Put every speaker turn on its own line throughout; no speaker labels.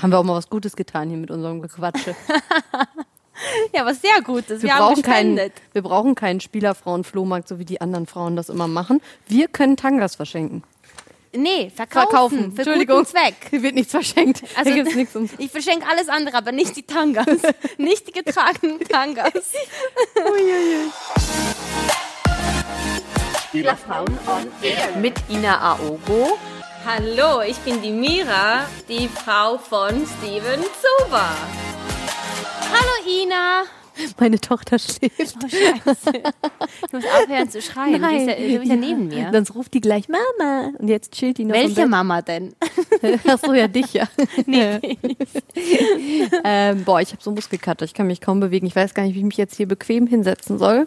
Haben wir auch mal was Gutes getan hier mit unserem Gequatsche.
Ja, was sehr gut ist. Wir,
Wir,
haben
brauchen, keinen,
gespendet.
wir brauchen keinen Spielerfrauen-Flohmarkt, so wie die anderen Frauen das immer machen. Wir können Tangas verschenken.
Nee, verkaufen.
Verkaufen.
Für
Entschuldigung.
guten Zweck.
Hier wird nichts verschenkt. Also, Hier gibt's nichts ums.
ich verschenke alles andere, aber nicht die Tangas. nicht die getragenen Tangas.
Mit Ina Aogo.
Hallo, ich bin die Mira, die Frau von Steven Zuber. Hallo Ina.
Meine Tochter schläft.
Oh, Scheiße. Du musst aufhören zu schreien. Du bist ja, du bist ja neben mir.
Dann ruft die gleich Mama. Und jetzt chillt die noch.
Welche Mama denn?
Ach so, ja, dich ja. Nee. ähm, boah, ich habe so Muskelkater. Ich kann mich kaum bewegen. Ich weiß gar nicht, wie ich mich jetzt hier bequem hinsetzen soll.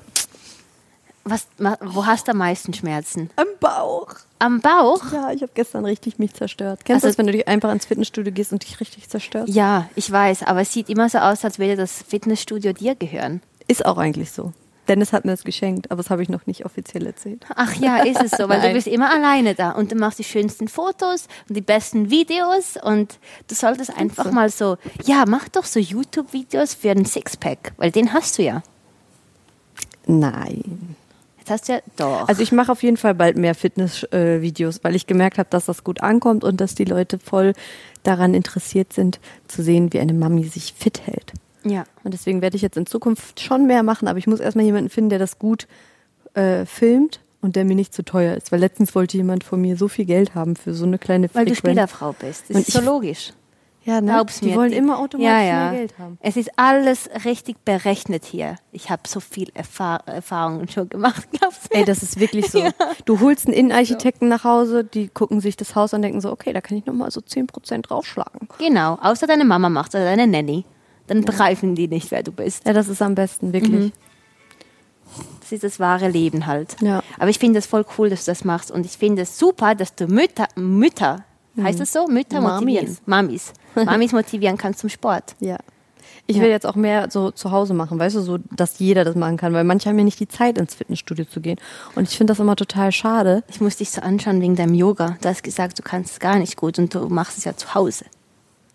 Was, ma- wo hast du am meisten Schmerzen?
Am Bauch.
Am Bauch?
Ja, ich habe gestern richtig mich zerstört. Kennst du
Also-
das, wenn du dich einfach ins Fitnessstudio gehst und dich richtig zerstörst?
Ja, ich weiß, aber es sieht immer so aus, als würde das Fitnessstudio dir gehören.
Ist auch eigentlich so. Dennis hat mir das geschenkt, aber das habe ich noch nicht offiziell erzählt.
Ach ja, ist es so, weil du
Nein.
bist immer alleine da und du machst die schönsten Fotos und die besten Videos und du solltest einfach mal so, ja, mach doch so YouTube-Videos für einen Sixpack, weil den hast du ja.
Nein.
Jetzt hast du ja doch.
Also ich mache auf jeden Fall bald mehr Fitness-Videos, weil ich gemerkt habe, dass das gut ankommt und dass die Leute voll daran interessiert sind, zu sehen, wie eine Mami sich fit hält.
ja.
Und deswegen werde ich jetzt in Zukunft schon mehr machen, aber ich muss erstmal jemanden finden, der das gut äh, filmt und der mir nicht zu teuer ist. Weil letztens wollte jemand von mir so viel Geld haben für so eine kleine
Weil du
Frequenz.
Spielerfrau bist. Das
Und
ist so
ich-
logisch.
Ja, ne?
Glaub's
die
mir.
wollen immer automatisch
ja, ja.
mehr Geld haben.
Es ist alles richtig berechnet hier. Ich habe so viel Erfahr Erfahrungen schon gemacht, glaubst du?
Ey, das ist wirklich so. Du holst einen Innenarchitekten nach Hause, die gucken sich das Haus an und denken so, okay, da kann ich nochmal so 10% draufschlagen.
Genau, außer deine Mama macht oder deine Nanny. Dann begreifen die nicht, wer du bist.
Ja, das ist am besten, wirklich.
Das ist das wahre Leben halt.
Ja.
Aber ich finde es voll cool, dass du das machst. Und ich finde es super, dass du Mütter, Mütter, heißt das so? Mütter
Mhm. Mamis.
motivieren. Mamis. Mamis motivieren kannst zum Sport.
Ja. Ich will jetzt auch mehr so zu Hause machen, weißt du, so, dass jeder das machen kann, weil manche haben ja nicht die Zeit, ins Fitnessstudio zu gehen. Und ich finde das immer total schade.
Ich muss dich so anschauen wegen deinem Yoga. Du hast gesagt, du kannst es gar nicht gut und du machst es ja zu Hause.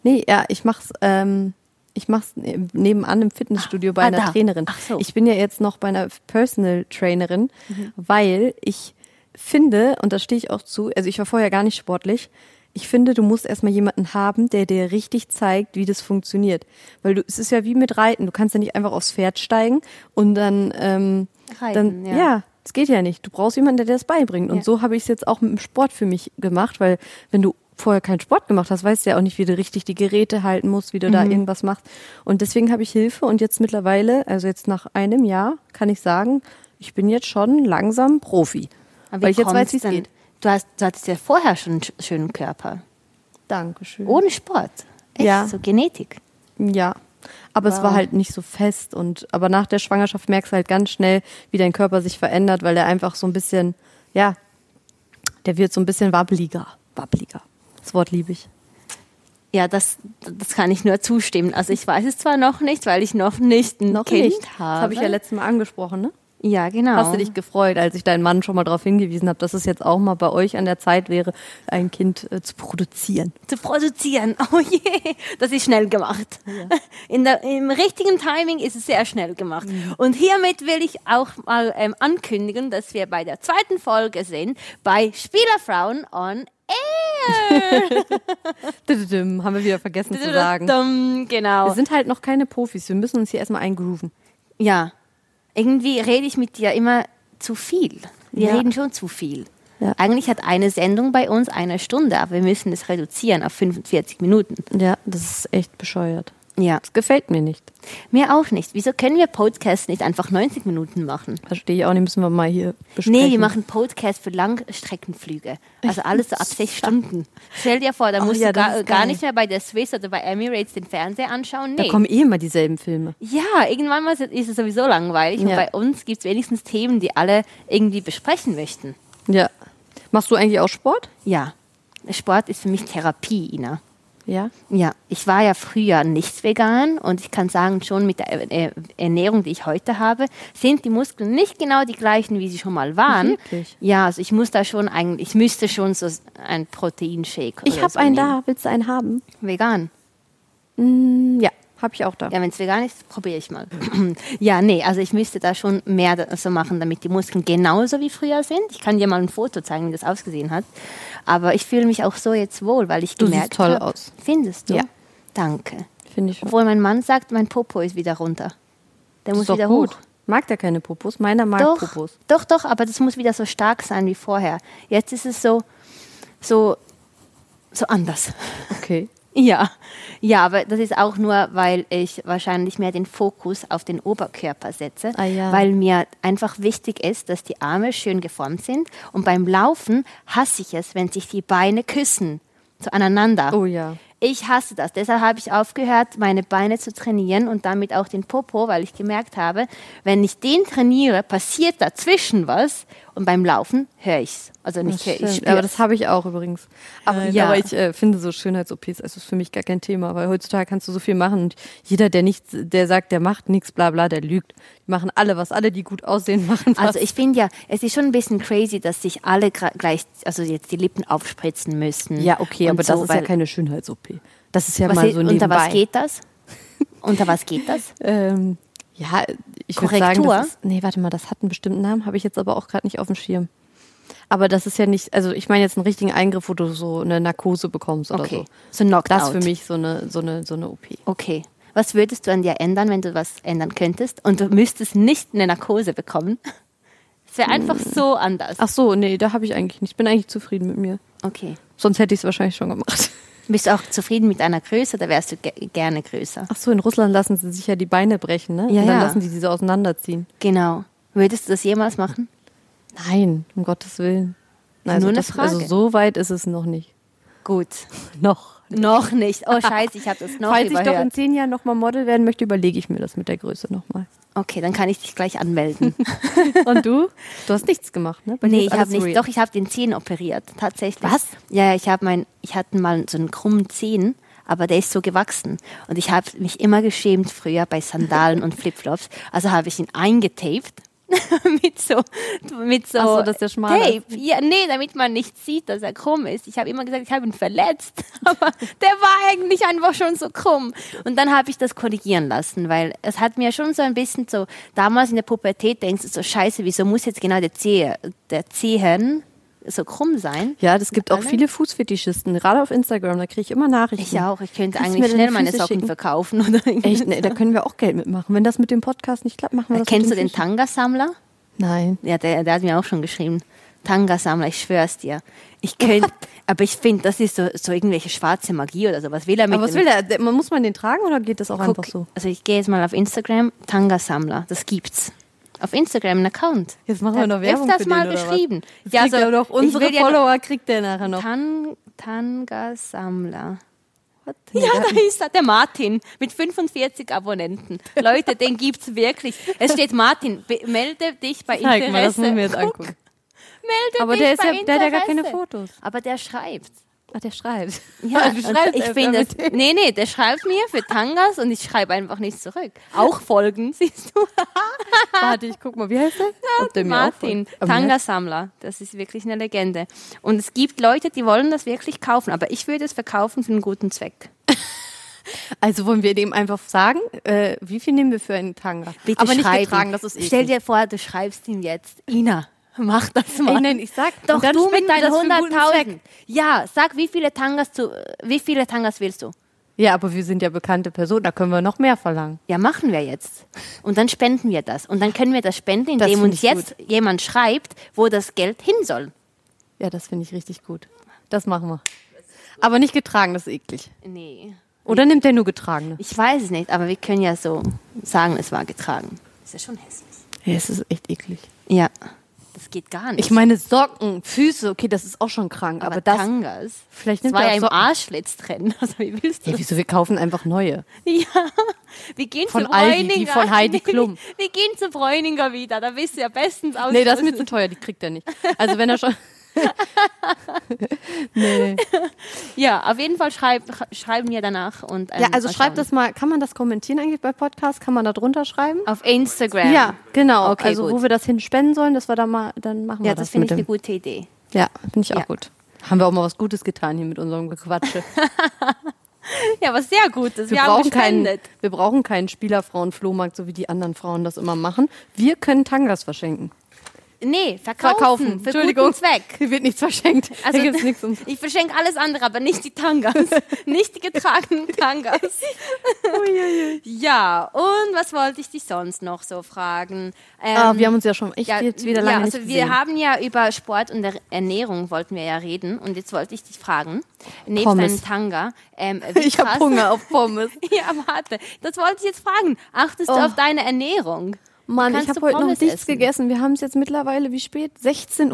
Nee, ja, ich mach's, ähm, ich mach's ne- nebenan im Fitnessstudio bei
Ah,
einer
da.
Trainerin.
Ach so. Mhm.
Ich bin ja jetzt noch bei einer Personal Trainerin, weil ich finde, und da stehe ich auch zu, also ich war vorher gar nicht sportlich, ich finde, du musst erstmal jemanden haben, der dir richtig zeigt, wie das funktioniert. Weil du, es ist ja wie mit Reiten, du kannst ja nicht einfach aufs Pferd steigen und dann, ähm,
Reiten,
dann,
ja.
ja, das geht ja nicht. Du brauchst jemanden, der dir das beibringt. Und
Ja.
so habe ich es jetzt auch mit dem Sport für mich gemacht, weil wenn du vorher keinen Sport gemacht hast, weißt du ja auch nicht, wie du richtig die Geräte halten musst, wie du
Mhm.
da irgendwas machst. Und deswegen habe ich Hilfe und jetzt mittlerweile, also jetzt nach einem Jahr, kann ich sagen, ich bin jetzt schon langsam Profi.
Aber
weil ich jetzt weiß, wie es
kommt's denn?
geht.
Du, hast, du hattest ja vorher schon einen sch- schönen Körper.
Dankeschön.
Ohne Sport. Echt?
Ja.
So Genetik.
Ja. Aber es war halt nicht so fest und aber nach der Schwangerschaft merkst du halt ganz schnell, wie dein Körper sich verändert, weil er einfach so ein bisschen, ja, der wird so ein bisschen wabbeliger. Wabbeliger. Das Wort liebe ich.
Ja, das, das kann ich nur zustimmen. Also ich weiß es zwar noch nicht, weil ich noch nicht ein Kind
Das
habe.
habe ich ja letztes Mal angesprochen, ne?
ja, genau.
Hast du dich gefreut, als ich deinen Mann schon mal darauf hingewiesen habe, dass es jetzt auch mal bei euch an der Zeit wäre, ein Kind äh, zu produzieren?
zu produzieren. Oh je, das ist schnell gemacht. In der, Im richtigen Timing ist es sehr schnell gemacht. Und hiermit will ich auch mal ähm, ankündigen, dass wir bei der zweiten Folge sind bei Spielerfrauen on Air.
Düdüdüm, Haben wir wieder vergessen zu sagen.
Dum,
Wir
Genau.
sind halt noch keine Profis, wir müssen uns hier erstmal eingrooven.
Ja, irgendwie rede ich mit dir immer zu viel. Wir
Ja.
reden schon zu viel.
Ja.
Eigentlich hat eine Sendung bei uns eine Stunde, aber wir müssen es reduzieren auf 45 Minuten.
Ja, das ist echt bescheuert.
Ja.
Das gefällt mir nicht.
Mir auch nicht. Wieso können wir Podcasts nicht einfach 90 Minuten machen?
Verstehe ich auch nicht, müssen wir mal hier besprechen.
Nee, wir machen Podcasts für Langstreckenflüge. Also alles so ab sechs Stunden. Stell dir vor, da
Oh
musst
ja,
du
das
gar,
ist
gar
geil.
nicht mehr bei der Swiss oder bei Emirates den Fernseher anschauen.
Da
Nee.
kommen eh immer dieselben Filme.
Ja, irgendwann mal ist es sowieso langweilig. Und
Ja.
bei uns gibt es wenigstens Themen, die alle irgendwie besprechen möchten.
Ja. Machst du eigentlich auch Sport?
Ja, Sport ist für mich Therapie, Ina.
Ja.
Ja, ich war ja früher nicht vegan und ich kann sagen, schon mit der äh, äh, Ernährung, die ich heute habe, sind die Muskeln nicht genau die gleichen, wie sie schon mal waren.
Wirklich?
Ja, also ich muss da schon eigentlich, ich müsste schon so ein Proteinshake. oder
Ich habe
so
einen
nehmen.
da. Willst du einen haben?
Vegan.
Mm, ja, habe ich auch da.
Ja, wenn es vegan ist, probiere ich mal. ja, nee, also ich müsste da schon mehr da- so machen, damit die Muskeln genauso wie früher sind. Ich kann dir mal ein Foto zeigen, wie das ausgesehen hat. Aber ich fühle mich auch so jetzt wohl, weil ich
Du siehst
gemerkt
toll
hab-
aus.
Findest du?
Ja.
Danke.
Finde ich schon.
Obwohl mein Mann sagt, mein Popo ist wieder runter. Der muss
ist doch
wieder
gut.
hoch.
Mag der keine Popos? Meiner mag
Doch,
Popos.
doch, doch, aber das muss wieder so stark sein wie vorher. Jetzt ist es so, so, so anders.
Okay.
Ja, ja, aber das ist auch nur, weil ich wahrscheinlich mehr den Fokus auf den Oberkörper setze,
Ah ja.
weil mir einfach wichtig ist, dass die Arme schön geformt sind. Und beim Laufen hasse ich es, wenn sich die Beine küssen, so aneinander.
Oh ja.
Ich hasse das. Deshalb habe ich aufgehört, meine Beine zu trainieren und damit auch den Popo, weil ich gemerkt habe, wenn ich den trainiere, passiert dazwischen was und beim Laufen höre ich es. Also nicht höre ich,
Stimmt.
spüre
aber das habe ich auch übrigens. Aber,
Ja.
aber ich äh, finde so Schönheits-OPs, also ist für mich gar kein Thema, weil heutzutage kannst du so viel machen und jeder, der nicht, der sagt, der macht nichts, bla bla, der lügt. Die machen alle was, alle, die gut aussehen, machen was.
Also ich finde ja, es ist schon ein bisschen crazy, dass sich alle gra- gleich, also jetzt die Lippen aufspritzen müssen.
ja, okay,
und
aber das
so,
ist ja
weil-
keine Schönheits-OP. Das ist ja
was
mal
i-
so nebenbei.
Unter was geht das? unter was geht das?
Ähm, ja, ich würde sagen,
Korrektur?
das ist, nee, warte mal, das hat einen bestimmten Namen, habe ich jetzt aber auch gerade nicht auf dem Schirm. Aber das ist ja nicht, also ich meine jetzt einen richtigen Eingriff, wo du so eine Narkose bekommst oder
Okay,
so.
so Knockout.
Das für mich so eine, so eine, so eine OP.
Okay. Was würdest du an dir ändern, wenn du was ändern könntest und du müsstest nicht eine Narkose bekommen? Hm. Es wäre einfach so anders.
Ach so, nee, da habe ich eigentlich nicht. Ich bin eigentlich zufrieden mit mir.
Okay.
Sonst hätte ich es wahrscheinlich schon gemacht.
Bist du auch zufrieden mit einer Größe oder wärst du ge gerne größer?
Ach so, in Russland lassen sie sich ja die Beine brechen, ne?
Ja,
Und dann
ja.
lassen sie diese auseinanderziehen.
Genau. Würdest du das jemals machen?
Nein, um Gottes Willen. Also,
Nur eine
das, also
Frage.
so weit ist es noch nicht.
Gut.
Noch.
Noch nicht. Oh scheiße, ich habe das noch
Falls
überhört.
ich doch in zehn Jahren nochmal Model werden möchte, überlege ich mir das mit der Größe nochmal.
Okay, dann kann ich dich gleich anmelden.
Und du? Du hast nichts gemacht, ne? Bei dir
nee,
ist
ich habe
alles
nicht.
real.
Doch, ich habe den Zehen operiert, tatsächlich.
Was?
Ja, ja, ich habe mein, ich hatte mal so einen krummen Zehen, aber der ist so gewachsen und ich habe mich immer geschämt früher bei Sandalen und Flipflops. Also habe ich ihn eingetaped. mit so mit so,
Ach so, dass der schmal ist.
Tape. Ja, nee, damit man nicht sieht, dass er krumm ist. Ich habe immer gesagt, ich habe ihn verletzt, aber der war eigentlich einfach schon so krumm. Und dann habe ich das korrigieren lassen, weil es hat mir schon so ein bisschen so damals in der Pubertät denkst du so Scheiße, wieso muss jetzt genau der Zehe, der Zehen so krumm sein?
Ja, es gibt auch
Alle?
viele Fußfetischisten, gerade auf Instagram, da kriege ich immer Nachrichten.
Ich auch, ich könnte
Kannst du mir deine
eigentlich schnell meine
Füße
Socken
schicken?
verkaufen oder
Echt, ne, da können wir auch Geld mitmachen. Wenn das mit dem Podcast nicht klappt, machen wir das
Äh, Kennst du
mit
den
Füßen.
Tanga-Sammler?
Nein.
Ja, der, der hat mir auch schon geschrieben. Tanga-Sammler, ich schwör's dir. Ich könnte, aber ich finde, das ist so, so irgendwelche schwarze Magie oder sowas. Will er mit
Aber was
dem-
will der? Der- Man- Muss man den tragen oder geht das auch
Guck,
einfach so?
Also ich gehe jetzt mal auf Instagram, Tanga-Sammler, das gibt's. Auf Instagram einen Account.
Jetzt machen
Der
wir noch
hat
Werbung
öfters
für den,
Äh, mal
oder was?
geschrieben.
Ja, kriegt
also
er doch
ich
unsere
will ja-
Follower kriegt der nachher noch.
Tan Tanga-Sammler.
What?
Ja, da ist er, der Martin mit 45 Abonnenten. Leute, den gibt's wirklich. Es steht Martin, be- melde dich bei Interesse.
Zeig mal, das müssen wir jetzt
Guck,
angucken.
melde
Aber
dich
der, ist
bei
ja, der hat ja gar keine
Interesse.
Fotos.
Aber der schreibt.
Ah, der schreibt.
Ja,
du
und
schreibst
ich
öfter
finde
mit
das. Nee, nee, der schreibt mir für Tangas und ich schreibe einfach nichts zurück. Auch folgen, siehst du?
Warte, ich guck mal, wie heißt der? Ob der mir auch
Martin,
folgt? Aber mir-
Tangasammler. Das ist wirklich eine Legende. Und es gibt Leute, die wollen das wirklich kaufen, aber ich würde es verkaufen für einen guten Zweck.
Also wollen wir dem einfach sagen, äh, wie viel nehmen wir für einen Tanga?
Bitte
Aber nicht
schreiben.
getragen, das ist eklig.
Stell dir vor, du schreibst ihm jetzt, Ina, mach das mal.
Ey, nein, ich sag,
Doch
und dann
du
spenden
mit
wir
deinen
das für einen guten
100.000.
Zweck.
Ja, sag, wie viele Tangas du, wie viele Tangas willst du?
Ja, aber wir sind ja bekannte Personen, da können wir noch mehr verlangen.
Ja, machen wir jetzt. Und dann spenden wir das. Und dann können wir das spenden,
Das
indem
find
uns
ich
jetzt jemand schreibt, wo das Geld hin soll.
Ja, das finde ich richtig gut. Das machen wir. Aber nicht getragen, das ist eklig.
Nee.
Oder nimmt der nur getragene?
Ich weiß es nicht, aber wir können ja so sagen, es war getragen. Ist ja schon hässlich.
Ja, es ist echt eklig.
Ja. Das geht gar nicht.
Ich meine Socken, Füße, okay, das ist auch schon krank, aber, das
Tangas.
vielleicht
Das
nimmt
war
er
ja
auch
im
Socken.
Arschlitz drin. Also, wie willst du
Ja, wieso wir kaufen einfach neue?
Ja, wir gehen
Von
zu
Aldi, die
Bräuninger.
von Heidi Klum.
Wir gehen zu Bräuninger wieder, da bist du ja bestens aus.
Nee, das ist mir zu teuer, die kriegt er nicht. Also wenn er schon
Ja, auf jeden Fall schreib, schreib mir danach. Und, ähm,
Ja, also
mal
schreibt
schauen.
das mal, kann man das kommentieren eigentlich bei Podcasts? Kann man da drunter schreiben?
auf Instagram.
Ja, genau.
Okay,
also
gut.
wo wir das hinspenden sollen, dass wir da mal, dann machen
Ja,
wir
das
das.
finde
mit
ich eine
dem.
gute Idee.
Ja, finde ich auch
Ja.
gut. Haben wir auch mal was Gutes getan hier mit unserem Gequatsche.
Ja, was sehr Gutes. Wir,
Wir,
haben
brauchen keinen,
gespendet.
wir brauchen keinen Spielerfrauen-Flohmarkt, so wie die anderen Frauen das immer machen. Wir können Tangas verschenken.
Nee, verkaufen. Für
Entschuldigung.
guten Zweck.
Hier wird nichts verschenkt. Also,
Also,
Hier gibt's nichts um.
ich verschenke alles andere, aber nicht die Tangas. nicht die getragenen Tangas. ja, und was wollte ich dich sonst noch so fragen? Ähm,
Ah, wir haben uns ja schon echt
ja,
jetzt wieder lange
ja, also
nicht
wir
gesehen.
haben ja über Sport und Er- Ernährung wollten wir ja reden und jetzt wollte ich dich fragen, nebst
Pommes.
deinem Tanga, ähm, wie
ich habe
krass-
Hunger auf Pommes.
Ja, warte, das wollte ich jetzt fragen. Achtest
Oh.
du auf deine Ernährung?
Mann,
Kannst
ich habe
du
heute noch
Pommes
nichts
essen?
gegessen. Wir haben es jetzt mittlerweile, wie spät? 16.13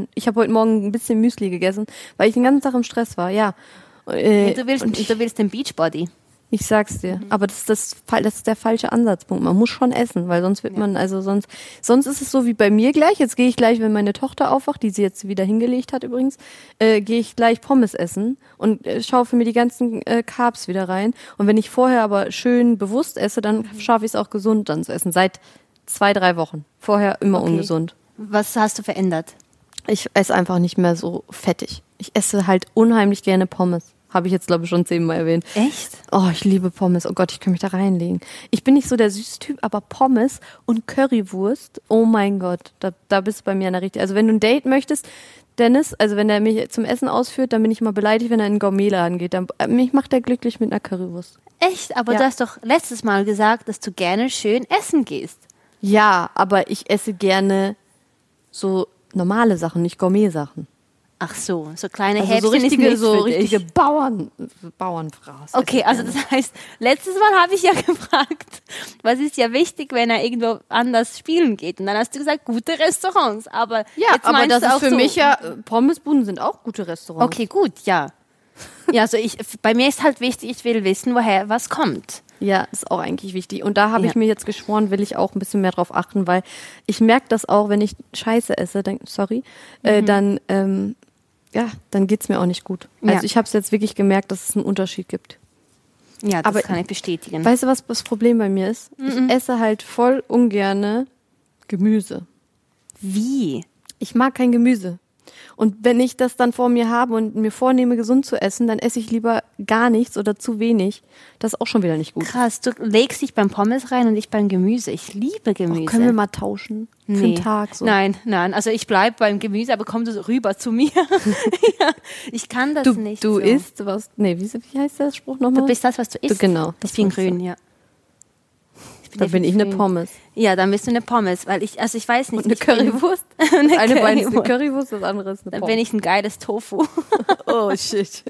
Uhr. Ich habe heute Morgen ein bisschen Müsli gegessen, weil ich den ganzen Tag im Stress war, ja. Äh,
Du willst,
und ich,
du willst den Beachbody.
ich sag's dir. Aber das ist, das, Fall- das ist der falsche Ansatzpunkt. Man muss schon essen, weil sonst wird man, also sonst, sonst ist es so wie bei mir gleich. Jetzt gehe ich gleich, wenn meine Tochter aufwacht, die sie jetzt wieder hingelegt hat übrigens, äh, gehe ich gleich Pommes essen und äh, schaufel mir die ganzen äh, Carbs wieder rein. Und wenn ich vorher aber schön bewusst esse, dann schaffe ich es auch gesund dann zu essen. Seit zwei, drei Wochen. Vorher immer
Okay.
ungesund.
Was hast du verändert?
Ich esse einfach nicht mehr so fettig. Ich esse halt unheimlich gerne Pommes. Habe ich jetzt, glaube ich, schon zehnmal erwähnt.
Echt?
Oh, ich liebe Pommes. Oh Gott, ich kann mich da reinlegen. Ich bin nicht so der Süßtyp, aber Pommes und Currywurst, oh mein Gott, da, da bist du bei mir an der richtigen. Also wenn du ein Date möchtest, Dennis, also wenn er mich zum Essen ausführt, dann bin ich mal beleidigt, wenn er in einen Gourmetladen geht. Dann, äh, mich macht er glücklich mit einer Currywurst.
Echt? Aber
Ja.
du hast doch letztes Mal gesagt, dass du gerne schön essen gehst.
Ja, aber ich esse gerne so normale Sachen, nicht Gourmet-Sachen.
Ach so, so kleine
Also
Häppchen
so
ist
richtige,
nicht
so
für dich.
richtige Bauern, Bauernfraß.
Okay, also das heißt, letztes Mal habe ich ja gefragt, was ist ja wichtig, wenn er irgendwo anders spielen geht. Und dann hast du gesagt, gute Restaurants. Aber
Ja,
jetzt
aber
meinst
das
du
ist
auch
für
so,
mich ja, äh, Pommesbuden sind auch gute Restaurants.
Okay, gut, ja. Ja, also ich, bei mir ist halt wichtig, ich will wissen, woher was kommt.
Ja, ist auch eigentlich wichtig. Und da habe
Ja.
ich mir jetzt geschworen, will ich auch ein bisschen mehr drauf achten, weil ich merke das auch, wenn ich Scheiße esse, dann, sorry, äh, dann, ähm, ja, dann geht's mir auch nicht gut.
Ja.
Also ich habe es jetzt wirklich gemerkt, dass es einen Unterschied gibt.
Ja, das
Aber-
kann ich bestätigen.
Weißt du, was das Problem bei mir ist? Ich esse halt voll ungerne Gemüse.
Wie?
Ich mag kein Gemüse. Und wenn ich das dann vor mir habe und mir vornehme, gesund zu essen, dann esse ich lieber gar nichts oder zu wenig. Das ist auch schon wieder nicht gut.
Krass, du legst dich beim Pommes rein und ich beim Gemüse. Ich liebe Gemüse.
Können wir mal tauschen? Für einen Tag so.
Nein, nein. Also ich bleibe beim Gemüse, aber komm du so rüber zu mir. ja, ich kann das
Du,
nicht.
du
so.
isst was. Nee, wie, wie heißt der Spruch nochmal?
Du bist das, was du isst.
genau, das
Ich bin
meinst du.
grün, ja.
da bin ich eine
grün.
Pommes.
Ja, dann bist du eine Pommes, weil ich, also ich weiß
Und
nicht.
eine
ich bin-
Currywurst.
eine
Eine Bein ist eine
Currywurst.
Currywurst, das andere ist eine
Dann
Pommes.
bin ich ein geiles Tofu.
oh shit.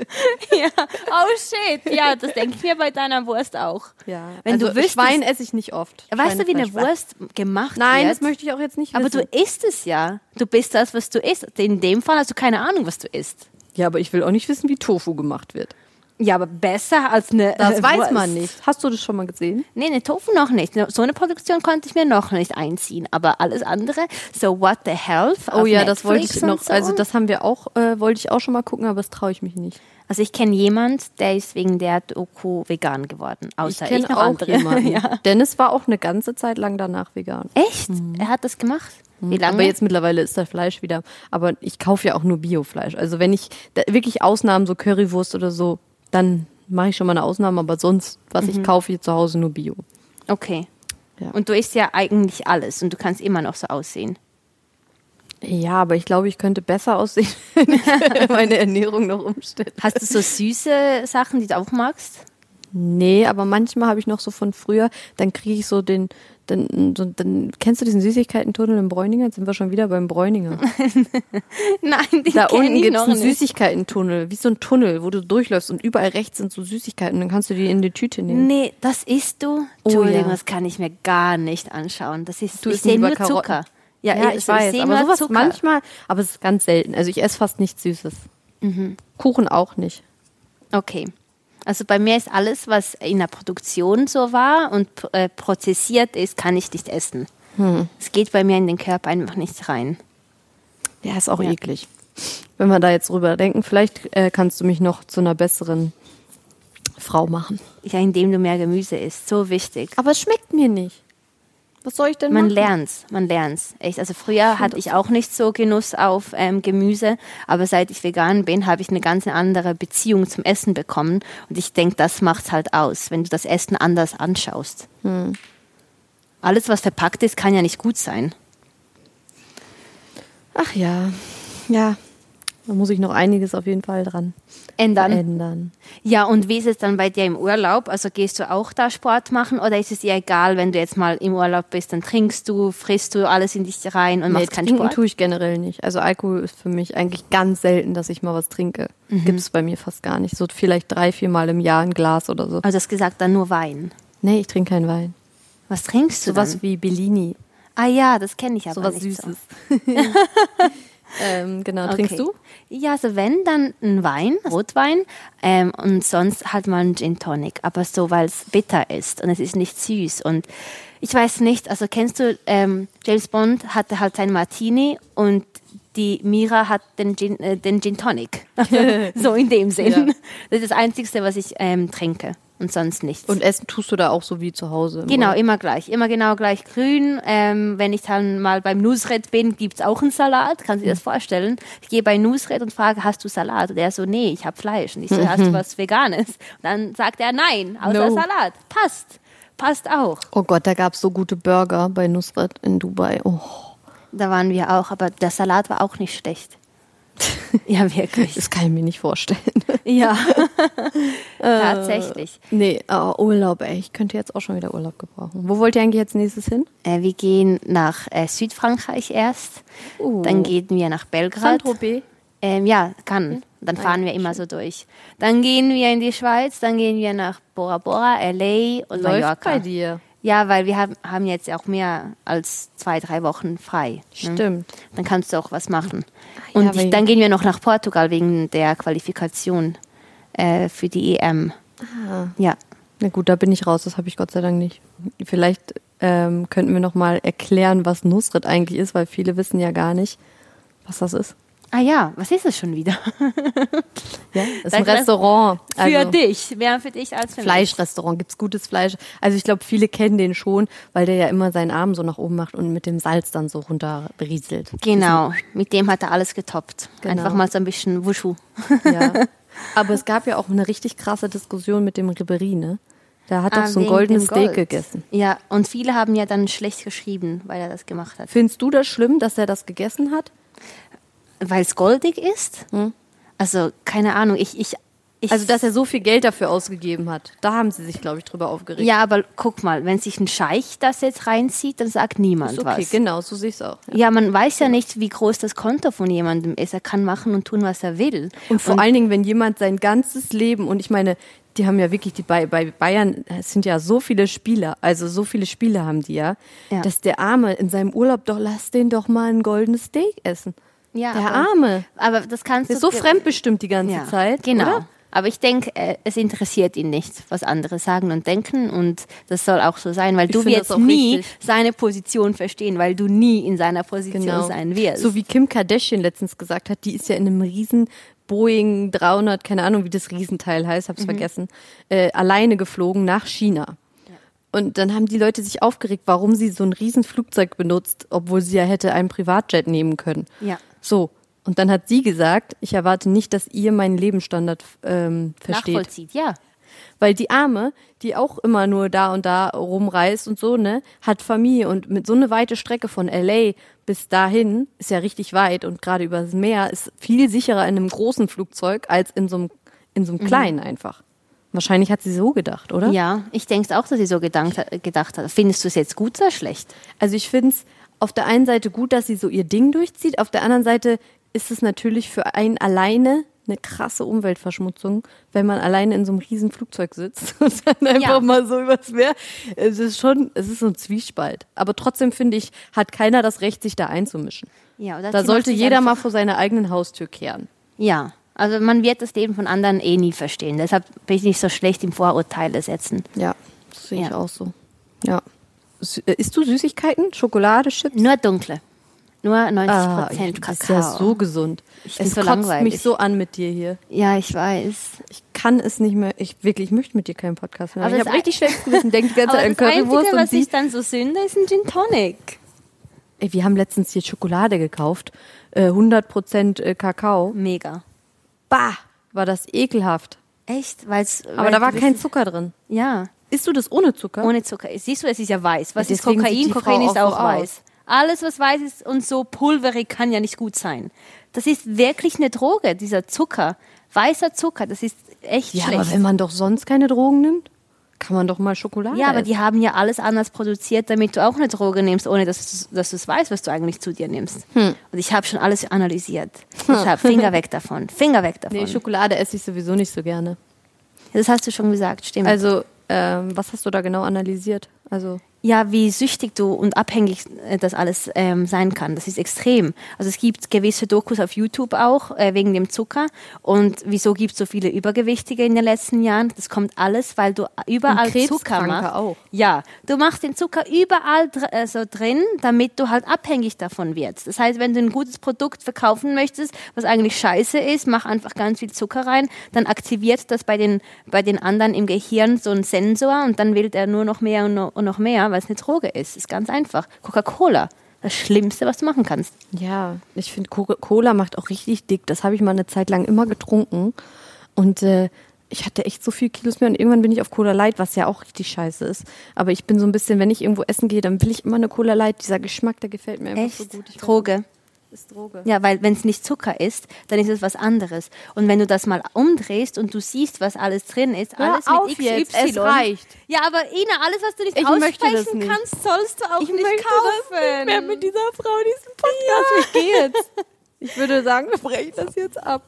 ja. Oh shit. Ja, das denke ich mir bei deiner Wurst auch.
Ja.
Wenn
also
du wüsstest,
Schwein esse ich nicht oft.
weißt du, wie eine
Schweinefleisch.
Wurst gemacht
Nein,
wird?
das möchte ich auch jetzt nicht
aber du
wissen.
isst es ja. Du bist das, was du isst. In dem Fall hast du keine Ahnung, was du isst.
ja, aber ich will auch nicht wissen, wie Tofu gemacht wird.
Ja, aber besser als eine.
Das
äh,
weiß
Wurst.
man nicht. Hast du das schon mal gesehen?
Nee, eine Tofu noch nicht. So eine Produktion konnte ich mir noch nicht einziehen. Aber alles andere, so what the health?
Oh
auf
ja,
Netflix
das wollte ich
und
noch.
So.
Also das haben wir auch, äh, wollte ich auch schon mal gucken, aber das traue ich mich nicht.
also ich kenne jemanden, der ist wegen der Doku vegan geworden.
Ich
Außer ich,
kenne
noch
auch
andere.
jemanden.
ja.
Dennis war auch eine ganze Zeit lang danach vegan.
Echt? Er hat das gemacht? Wie lange?
Mhm. Aber jetzt mittlerweile ist das Fleisch wieder. Aber ich kaufe ja auch nur Biofleisch. Also wenn ich da, wirklich Ausnahmen, so Currywurst oder so, dann mache ich schon mal eine Ausnahme. Aber sonst, was ich kaufe hier zu Hause, nur Bio.
Okay.
Ja.
Und du isst ja eigentlich alles und du kannst immer noch so aussehen.
Ja, aber ich glaube, ich könnte besser aussehen, wenn ich meine Ernährung noch umstelle.
Hast du so süße Sachen, die du auch magst?
Nee, aber manchmal habe ich noch so von früher, dann kriege ich so den, dann, so, dann kennst du diesen Süßigkeitentunnel in Bräuninger? Jetzt sind wir schon wieder beim Bräuninger.
Nein, die
Da
kenn
unten
ich
gibt es
noch
einen
nicht.
Süßigkeitentunnel, wie so ein Tunnel, wo du durchläufst und überall rechts sind so Süßigkeiten. Dann kannst du die in die Tüte nehmen.
Nee, das isst du.
Oh,
Entschuldigung,
ja.
das kann ich mir gar nicht anschauen. Das ist,
Du
ich
isst nie
sehe nur
über Karotten.
Zucker. Ja,
Ja,
eh,
ich
also
weiß,
sehe
aber
nur
sowas
Zucker.
manchmal, aber es ist ganz selten. Also ich esse fast nichts Süßes. Mhm. Kuchen auch nicht.
Okay. Also bei mir ist alles, was in der Produktion so war und äh, prozessiert ist, kann ich nicht essen.
Hm.
Es geht bei mir in den Körper einfach nicht rein.
Ja, ist auch eklig. Wenn wir da jetzt drüber denken, vielleicht äh, kannst du mich noch zu einer besseren Frau machen.
Ja, indem du mehr Gemüse isst. So wichtig.
Aber es schmeckt mir nicht. Was soll ich denn
Man
machen?
lernt's, man lernt's. Echt. Also früher hatte ich auch nicht so Genuss auf ähm, Gemüse, aber seit ich vegan bin, habe ich eine ganz andere Beziehung zum Essen bekommen. Und ich denke, das macht's halt aus, wenn du das Essen anders anschaust.
Hm.
Alles, was verpackt ist, kann ja nicht gut sein.
Ach ja, ja. Da muss ich noch einiges auf jeden Fall dran
Ändern.
ändern.
Äh, Ja, und wie ist es dann bei dir im Urlaub? Also gehst du auch da Sport machen oder ist es dir egal, wenn du jetzt mal im Urlaub bist, dann trinkst du, frisst du alles in dich rein und machst keinen
trinken
Sport?
tue ich generell nicht. Also Alkohol ist für mich eigentlich ganz selten, dass ich mal was trinke.
Mhm.
Gibt's Gibt es bei mir fast gar nicht. So vielleicht drei, vier Mal im Jahr ein Glas oder so.
Also das gesagt, dann nur Wein.
Nee, ich trinke keinen Wein.
Was trinkst du dann?
Sowas wie Bellini.
Ah ja, das kenne ich aber
Sowas
nicht so.
Süßes. ähm, genau, trinkst du?
Okay. Ja, also wenn, dann ein Wein, Rotwein ähm, und sonst halt mal ein Gin Tonic, aber so, weil es bitter ist und es ist nicht süß und ich weiß nicht, also kennst du, ähm, James Bond hatte halt sein Martini und die Mira hat den Gin, äh, den Gin Tonic, so in dem Sinn.
Ja.
Das ist das Einzige, was ich ähm, trinke und sonst nichts.
Und essen tust du da auch so wie zu Hause. im
Genau,
Urlaub?
immer gleich. Immer genau gleich grün. Ähm, wenn ich dann mal beim Nusret bin, gibt's auch einen Salat. Kannst du dir das vorstellen? Ich gehe bei Nusret und frage, hast du Salat? Und er so, nee, ich habe Fleisch. Und ich so, hast du was Veganes? Und dann sagt er, nein, außer
No.
Salat. Passt. Passt auch.
Oh Gott, da gab's so gute Burger bei Nusret in Dubai. Oh,
Da waren wir auch, aber der Salat war auch nicht schlecht. ja, wirklich.
das kann ich mir nicht vorstellen.
Ja. Äh. Tatsächlich.
Nee, aber Urlaub, ey. Ich könnte jetzt auch schon wieder Urlaub gebrauchen. Wo wollt ihr eigentlich als nächstes hin?
Äh, wir gehen nach äh, Südfrankreich erst.
Uh.
Dann gehen wir nach Belgrad.
Saint-Tropez.
Ähm, ja, kann. Dann fahren wir immer so durch. Dann gehen wir in die Schweiz, dann gehen wir nach Bora Bora, LA
Läuft
und Mallorca.
bei dir.
Ja, weil wir haben, haben jetzt auch mehr als zwei, drei Wochen frei. ne?
Stimmt.
Dann kannst du auch was machen.
ja,
Und
weil-
ich, dann gehen wir noch nach Portugal wegen der Qualifikation äh, für die EM. Ja.
Na gut, da bin ich raus. Das habe ich Gott sei Dank nicht. Vielleicht ähm, könnten wir noch mal erklären, was Nusret eigentlich ist, weil viele wissen ja gar nicht, was das ist.
Ah ja, was ist es schon wieder?
Ja, ist
Sag
ein
mal,
Restaurant.
für
Also-
dich. Mehr für dich als für mich.
Fleischrestaurant, gibt's gutes Fleisch. Also ich glaube, viele kennen den schon, weil der ja immer seinen Arm so nach oben macht und mit dem Salz dann so runter berieselt.
Genau. Mit dem hat er alles getoppt.
Genau.
Einfach mal so ein bisschen Wuschu.
Ja. Aber es gab ja auch eine richtig krasse Diskussion mit dem Ribery, ne? Da hat doch
Ah,
so ein
wegen
goldenes
dem Gold.
Steak gegessen.
Ja, und viele haben ja dann schlecht geschrieben, weil er das gemacht hat.
Findest du das schlimm, dass er das gegessen hat?
Weil es goldig ist? Also, keine Ahnung, ich, ich,
Hm?
ich.
Also, dass er so viel Geld dafür ausgegeben hat. Da haben sie sich, glaube ich, drüber aufgeregt.
ja, aber guck mal, wenn sich ein Scheich das jetzt reinzieht, dann sagt niemand
Ist okay,
was.
genau, so sehe ich es auch.
Ja, man weiß ja nicht, wie groß das Konto von jemandem ist. Er kann machen und tun, was er will.
Und vor allen Dingen, wenn jemand sein ganzes Leben, und ich meine, die haben ja wirklich, die bei, bei Bayern es sind ja so viele Spieler, also so viele Spieler haben die ja,
Ja.
dass der Arme in seinem Urlaub doch, lass den doch mal ein goldenes Steak essen.
Ja,
der
aber-
Arme.
Aber das kannst
Der
du.
ist so fremdbestimmt die ganze
ja,
Zeit.
Genau.
Oder?
Aber ich denke, äh, es interessiert ihn nicht, was andere sagen und denken. Und das soll auch so sein, weil du
finde
wirst
das auch
nie
richtig.
seine Position verstehen, weil du nie in seiner Position
Genau.
sein wirst.
So wie Kim Kardashian letztens gesagt hat, die ist ja in einem riesen Boeing 300, keine Ahnung, wie das Riesenteil heißt,
Mhm.
hab's vergessen, äh, alleine geflogen nach China. Und dann haben die Leute sich aufgeregt, warum sie so ein Riesenflugzeug benutzt, obwohl sie ja hätte einen Privatjet nehmen können.
Ja.
So. Und dann hat sie gesagt, ich erwarte nicht, dass ihr meinen Lebensstandard ähm, versteht.
nachvollzieht, ja.
Weil die Arme, die auch immer nur da und da rumreist und so, ne, hat Familie und mit so eine weite Strecke von LA bis dahin ist ja richtig weit und gerade übers Meer ist viel sicherer in einem großen Flugzeug als in so einem, in so einem kleinen einfach. Wahrscheinlich hat sie so gedacht, oder?
Ja, ich denke auch, dass sie so gedankt, gedacht hat. Findest du es jetzt gut oder schlecht?
Also ich finde es auf der einen Seite gut, dass sie so ihr Ding durchzieht, auf der anderen Seite ist es natürlich für einen alleine eine krasse Umweltverschmutzung, wenn man alleine in so einem riesen Flugzeug sitzt und dann einfach mal so übers Meer. Es ist schon, es ist so ein Zwiespalt. Aber trotzdem finde ich, hat keiner das Recht, sich da einzumischen.
Ja, oder
Da
sie
sollte
macht sich
jeder
einfach-
mal vor seiner eigenen Haustür kehren.
Ja, also man wird das Leben von anderen eh nie verstehen. Deshalb bin ich nicht so schlecht im Vorurteile setzen.
Ja, das sehe ich
Ja.
auch so. Ja. Sü- äh, Isst du Süßigkeiten? Schokolade, Chips?
Nur dunkle. Nur 90
Ah,
Prozent
das
Kakao.
ist ja so gesund.
Ich bin
es
so
kotzt
langweilig.
mich so an mit dir hier.
ja, ich weiß.
Ich kann es nicht mehr. Ich wirklich ich möchte mit dir keinen Podcast mehr.
Aber
ich
das
habe
ei-
richtig schlechtes Gewissen. Denke die ganze
Also Aber
Zeit an
das Einzige,
Currywurst und
was
sie.
ich dann so sünde, ist ein Gin Tonic.
Ey, wir haben letztens hier Schokolade gekauft. Äh, 100% äh, Kakao.
Mega.
Bah, war das ekelhaft.
Echt? Weil's,
Aber da war kein Zucker drin.
Ja,
Isst du das ohne Zucker?
ohne Zucker. Siehst du, es ist ja weiß. Was
Ja,
ist
deswegen sieht
Kokain?
die
Kokain
Frau
ist
auch
auch
so
weiß. Alles, was weiß ist und so pulverig, kann ja nicht gut sein. Das ist wirklich eine Droge, dieser Zucker. Weißer Zucker, das ist echt
ja,
schlecht.
aber wenn man doch sonst keine Drogen nimmt, kann man doch mal Schokolade
Ja, aber
essen.
die haben ja alles anders produziert, damit du auch eine Droge nimmst, ohne dass du dass du es weißt, was du eigentlich zu dir nimmst.
Hm.
Und ich habe schon alles analysiert. Deshalb Finger weg davon, Finger weg davon.
Nee, Schokolade esse ich sowieso nicht so gerne.
das hast du schon gesagt, stimmt.
Also, ähm, was hast du da genau analysiert? Also,
ja, wie süchtig du und abhängig äh, das alles ähm, sein kann. Das ist extrem. Also es gibt gewisse Dokus auf YouTube auch äh, wegen dem Zucker. Und wieso gibt es so viele Übergewichtige in den letzten Jahren? Das kommt alles, weil du äh, überall
Und Krebskranke
Zucker machst.
auch.
Ja, du machst den Zucker überall dr äh, so drin, damit du halt abhängig davon wirst. Das heißt, wenn du ein gutes Produkt verkaufen möchtest, was eigentlich scheiße ist, mach einfach ganz viel Zucker rein, dann aktiviert das bei den, bei den anderen im Gehirn so einen Sensor und dann will der nur noch mehr und noch, und noch mehr, weil es eine Droge ist. Ist ganz einfach. Coca-Cola. Das Schlimmste, was du machen kannst.
ja, ich finde, Cola macht auch richtig dick. Das habe ich mal eine Zeit lang immer getrunken. Und äh, ich hatte echt so viel Kilos mehr. Und irgendwann bin ich auf Cola Light, was ja auch richtig scheiße ist. Aber ich bin so ein bisschen, wenn ich irgendwo essen gehe, dann will ich immer eine Cola Light. Dieser Geschmack, der gefällt mir einfach so gut. Ich weiß
Droge.
nicht, ist Droge.
Ja, weil wenn es nicht Zucker ist, dann ist es was anderes. Und wenn du das mal umdrehst und du siehst, was alles drin ist,
Hör
alles
auf
mit XY.
jetzt, es reicht.
Ja, aber Ina, alles, was du nicht
Ich möchte das
aussprechen
nicht.
kannst, sollst du auch
Ich
nicht
möchte
kaufen.
das nicht mehr mit dieser Frau diesen Podcast. Ich gehe jetzt. Ich würde sagen, wir brechen das jetzt ab.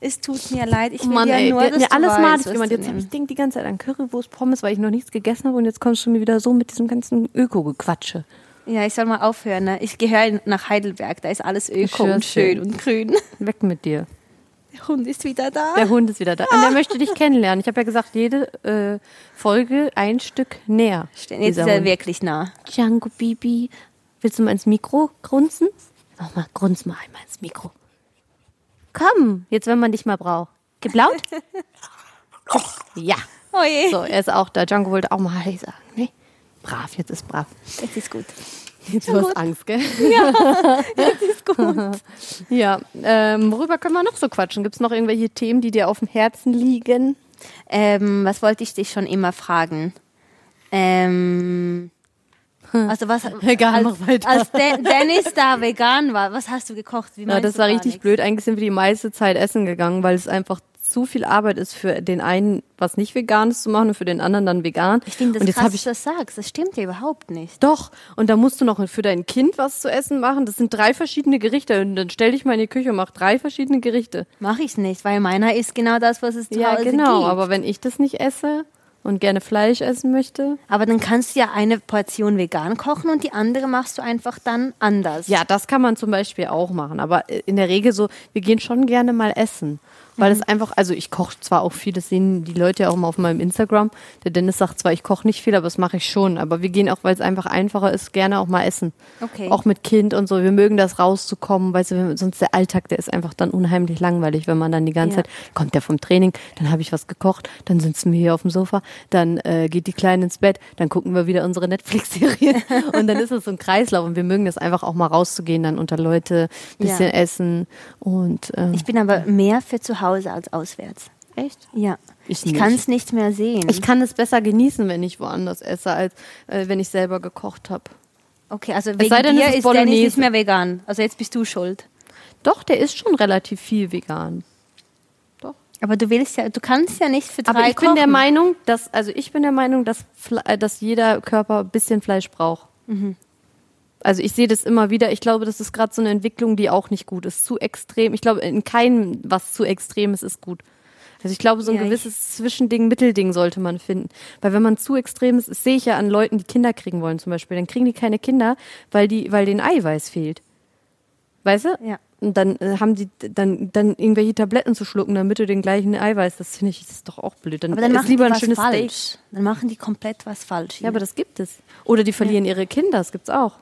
es tut mir leid, ich will
Mann,
ja
ey,
nur,
der,
dass
der
du
alles
weißt,
mag ich
was
jemand.
du
Jetzt hab ich
nimmst.
denk die ganze Zeit an Currywurst, Pommes, weil ich noch nichts gegessen habe und jetzt kommst du mir wieder so mit diesem ganzen Öko-Gequatsche.
Ja, ich soll mal aufhören. Ne? Ich gehöre nach Heidelberg, da ist alles öko
schwör's
und schön
dir.
und grün.
Weg mit dir.
Der Hund ist wieder da.
Der Hund ist wieder da. Und der möchte dich kennenlernen. Ich habe ja gesagt, jede äh, Folge ein Stück näher.
Jetzt ist
Dieser
er
Hund.
wirklich nah.
Django Bibi. Willst du mal ins Mikro grunzen? Mach mal, grunz mal einmal ins Mikro. Komm, jetzt wenn man dich mal braucht. Gib laut. ja.
Oh je.
So, er ist auch da. Django wollte auch mal Hi sagen. Nee? Brav, jetzt ist brav.
Jetzt ist gut.
Jetzt du hast Angst, gell? Ja, jetzt ist gut. ja, ähm, worüber können wir noch so quatschen? Gibt es noch irgendwelche Themen, die dir auf dem Herzen liegen?
Ähm, was wollte ich dich schon immer fragen? Ähm,
Hm.
also was
Egal,
als,
mach weiter.
als De Dennis da vegan war, was hast du gekocht? Wie
Na,
meinst
das
du
war
gar
richtig
nichts?
blöd. Eigentlich sind wir die meiste Zeit essen gegangen, weil es einfach zu viel Arbeit ist für den einen, was nicht vegan ist zu machen und für den anderen dann vegan.
Ich finde
und
das
jetzt
krass,
habe
dass
ich
du das sagst. Das stimmt ja überhaupt nicht.
Doch, und da musst du noch für dein Kind was zu essen machen. Das sind drei verschiedene Gerichte. Und dann stell dich mal in die Küche und mach drei verschiedene Gerichte.
Mache ich nicht, weil meiner ist genau das, was es zu
ja,
Hause
genau.
gibt.
Aber wenn ich das nicht esse und gerne Fleisch essen möchte.
aber dann kannst du ja eine Portion vegan kochen und die andere machst du einfach dann anders.
Ja, das kann man zum Beispiel auch machen. Aber äh, in der Regel so, wir gehen schon gerne mal essen. Weil es einfach, also ich koche zwar auch viel, das sehen die Leute ja auch immer auf meinem Instagram. Der Dennis sagt zwar, ich koche nicht viel, aber das mache ich schon. Aber wir gehen auch, weil es einfach einfacher ist, gerne auch mal essen.
Okay.
Auch mit Kind und so. Wir mögen das rauszukommen, weil sonst der Alltag, der ist einfach dann unheimlich langweilig, wenn man dann die ganze
Ja.
Zeit, kommt der vom Training, dann habe ich was gekocht, dann sitzen wir hier auf dem Sofa, dann äh, geht die Kleine ins Bett, dann gucken wir wieder unsere Netflix-Serie und dann ist es so ein Kreislauf und wir mögen das einfach auch mal rauszugehen, dann unter Leute, bisschen
Ja.
essen und ähm,
Ich bin aber mehr für zu Hause als auswärts.
echt?
Ja.
Ich
ich
nicht.
kann es nicht mehr sehen.
Ich kann es besser genießen, wenn ich woanders esse, als äh, wenn ich selber gekocht habe.
okay, also wegen
sei denn, es
dir
ist
ist Dennis
Bolognese.
nicht mehr vegan. Also jetzt bist du schuld.
Doch, der ist schon relativ viel vegan.
Aber du willst ja, du kannst ja nicht für drei
Aber ich
kochen.
bin der Meinung, dass also ich bin der Meinung, dass Fle- äh, dass jeder Körper ein bisschen Fleisch braucht.
Mhm.
Also ich sehe das immer wieder. Ich glaube, das ist gerade so eine Entwicklung, die auch nicht gut ist. Zu extrem. Ich glaube, in keinem was zu extrem ist, ist gut. Also ich glaube, so ein
Ja, ich-
gewisses Zwischending, Mittelding sollte man finden. Weil wenn man zu extrem ist, das sehe ich ja an Leuten, die Kinder kriegen wollen zum Beispiel, dann kriegen die keine Kinder, weil die, weil den Eiweiß fehlt. Weißt du?
Ja.
Und dann äh, haben die dann, dann irgendwelche Tabletten zu schlucken, damit du den gleichen Eiweiß. Das finde ich, das ist doch auch blöd. Dann,
aber dann
isst
machen
lieber
die
ein
was
schönes
falsch.
Steak.
Dann machen die komplett was falsch.
Ja, aber das gibt es. Oder die verlieren ihre Kinder, das gibt's auch.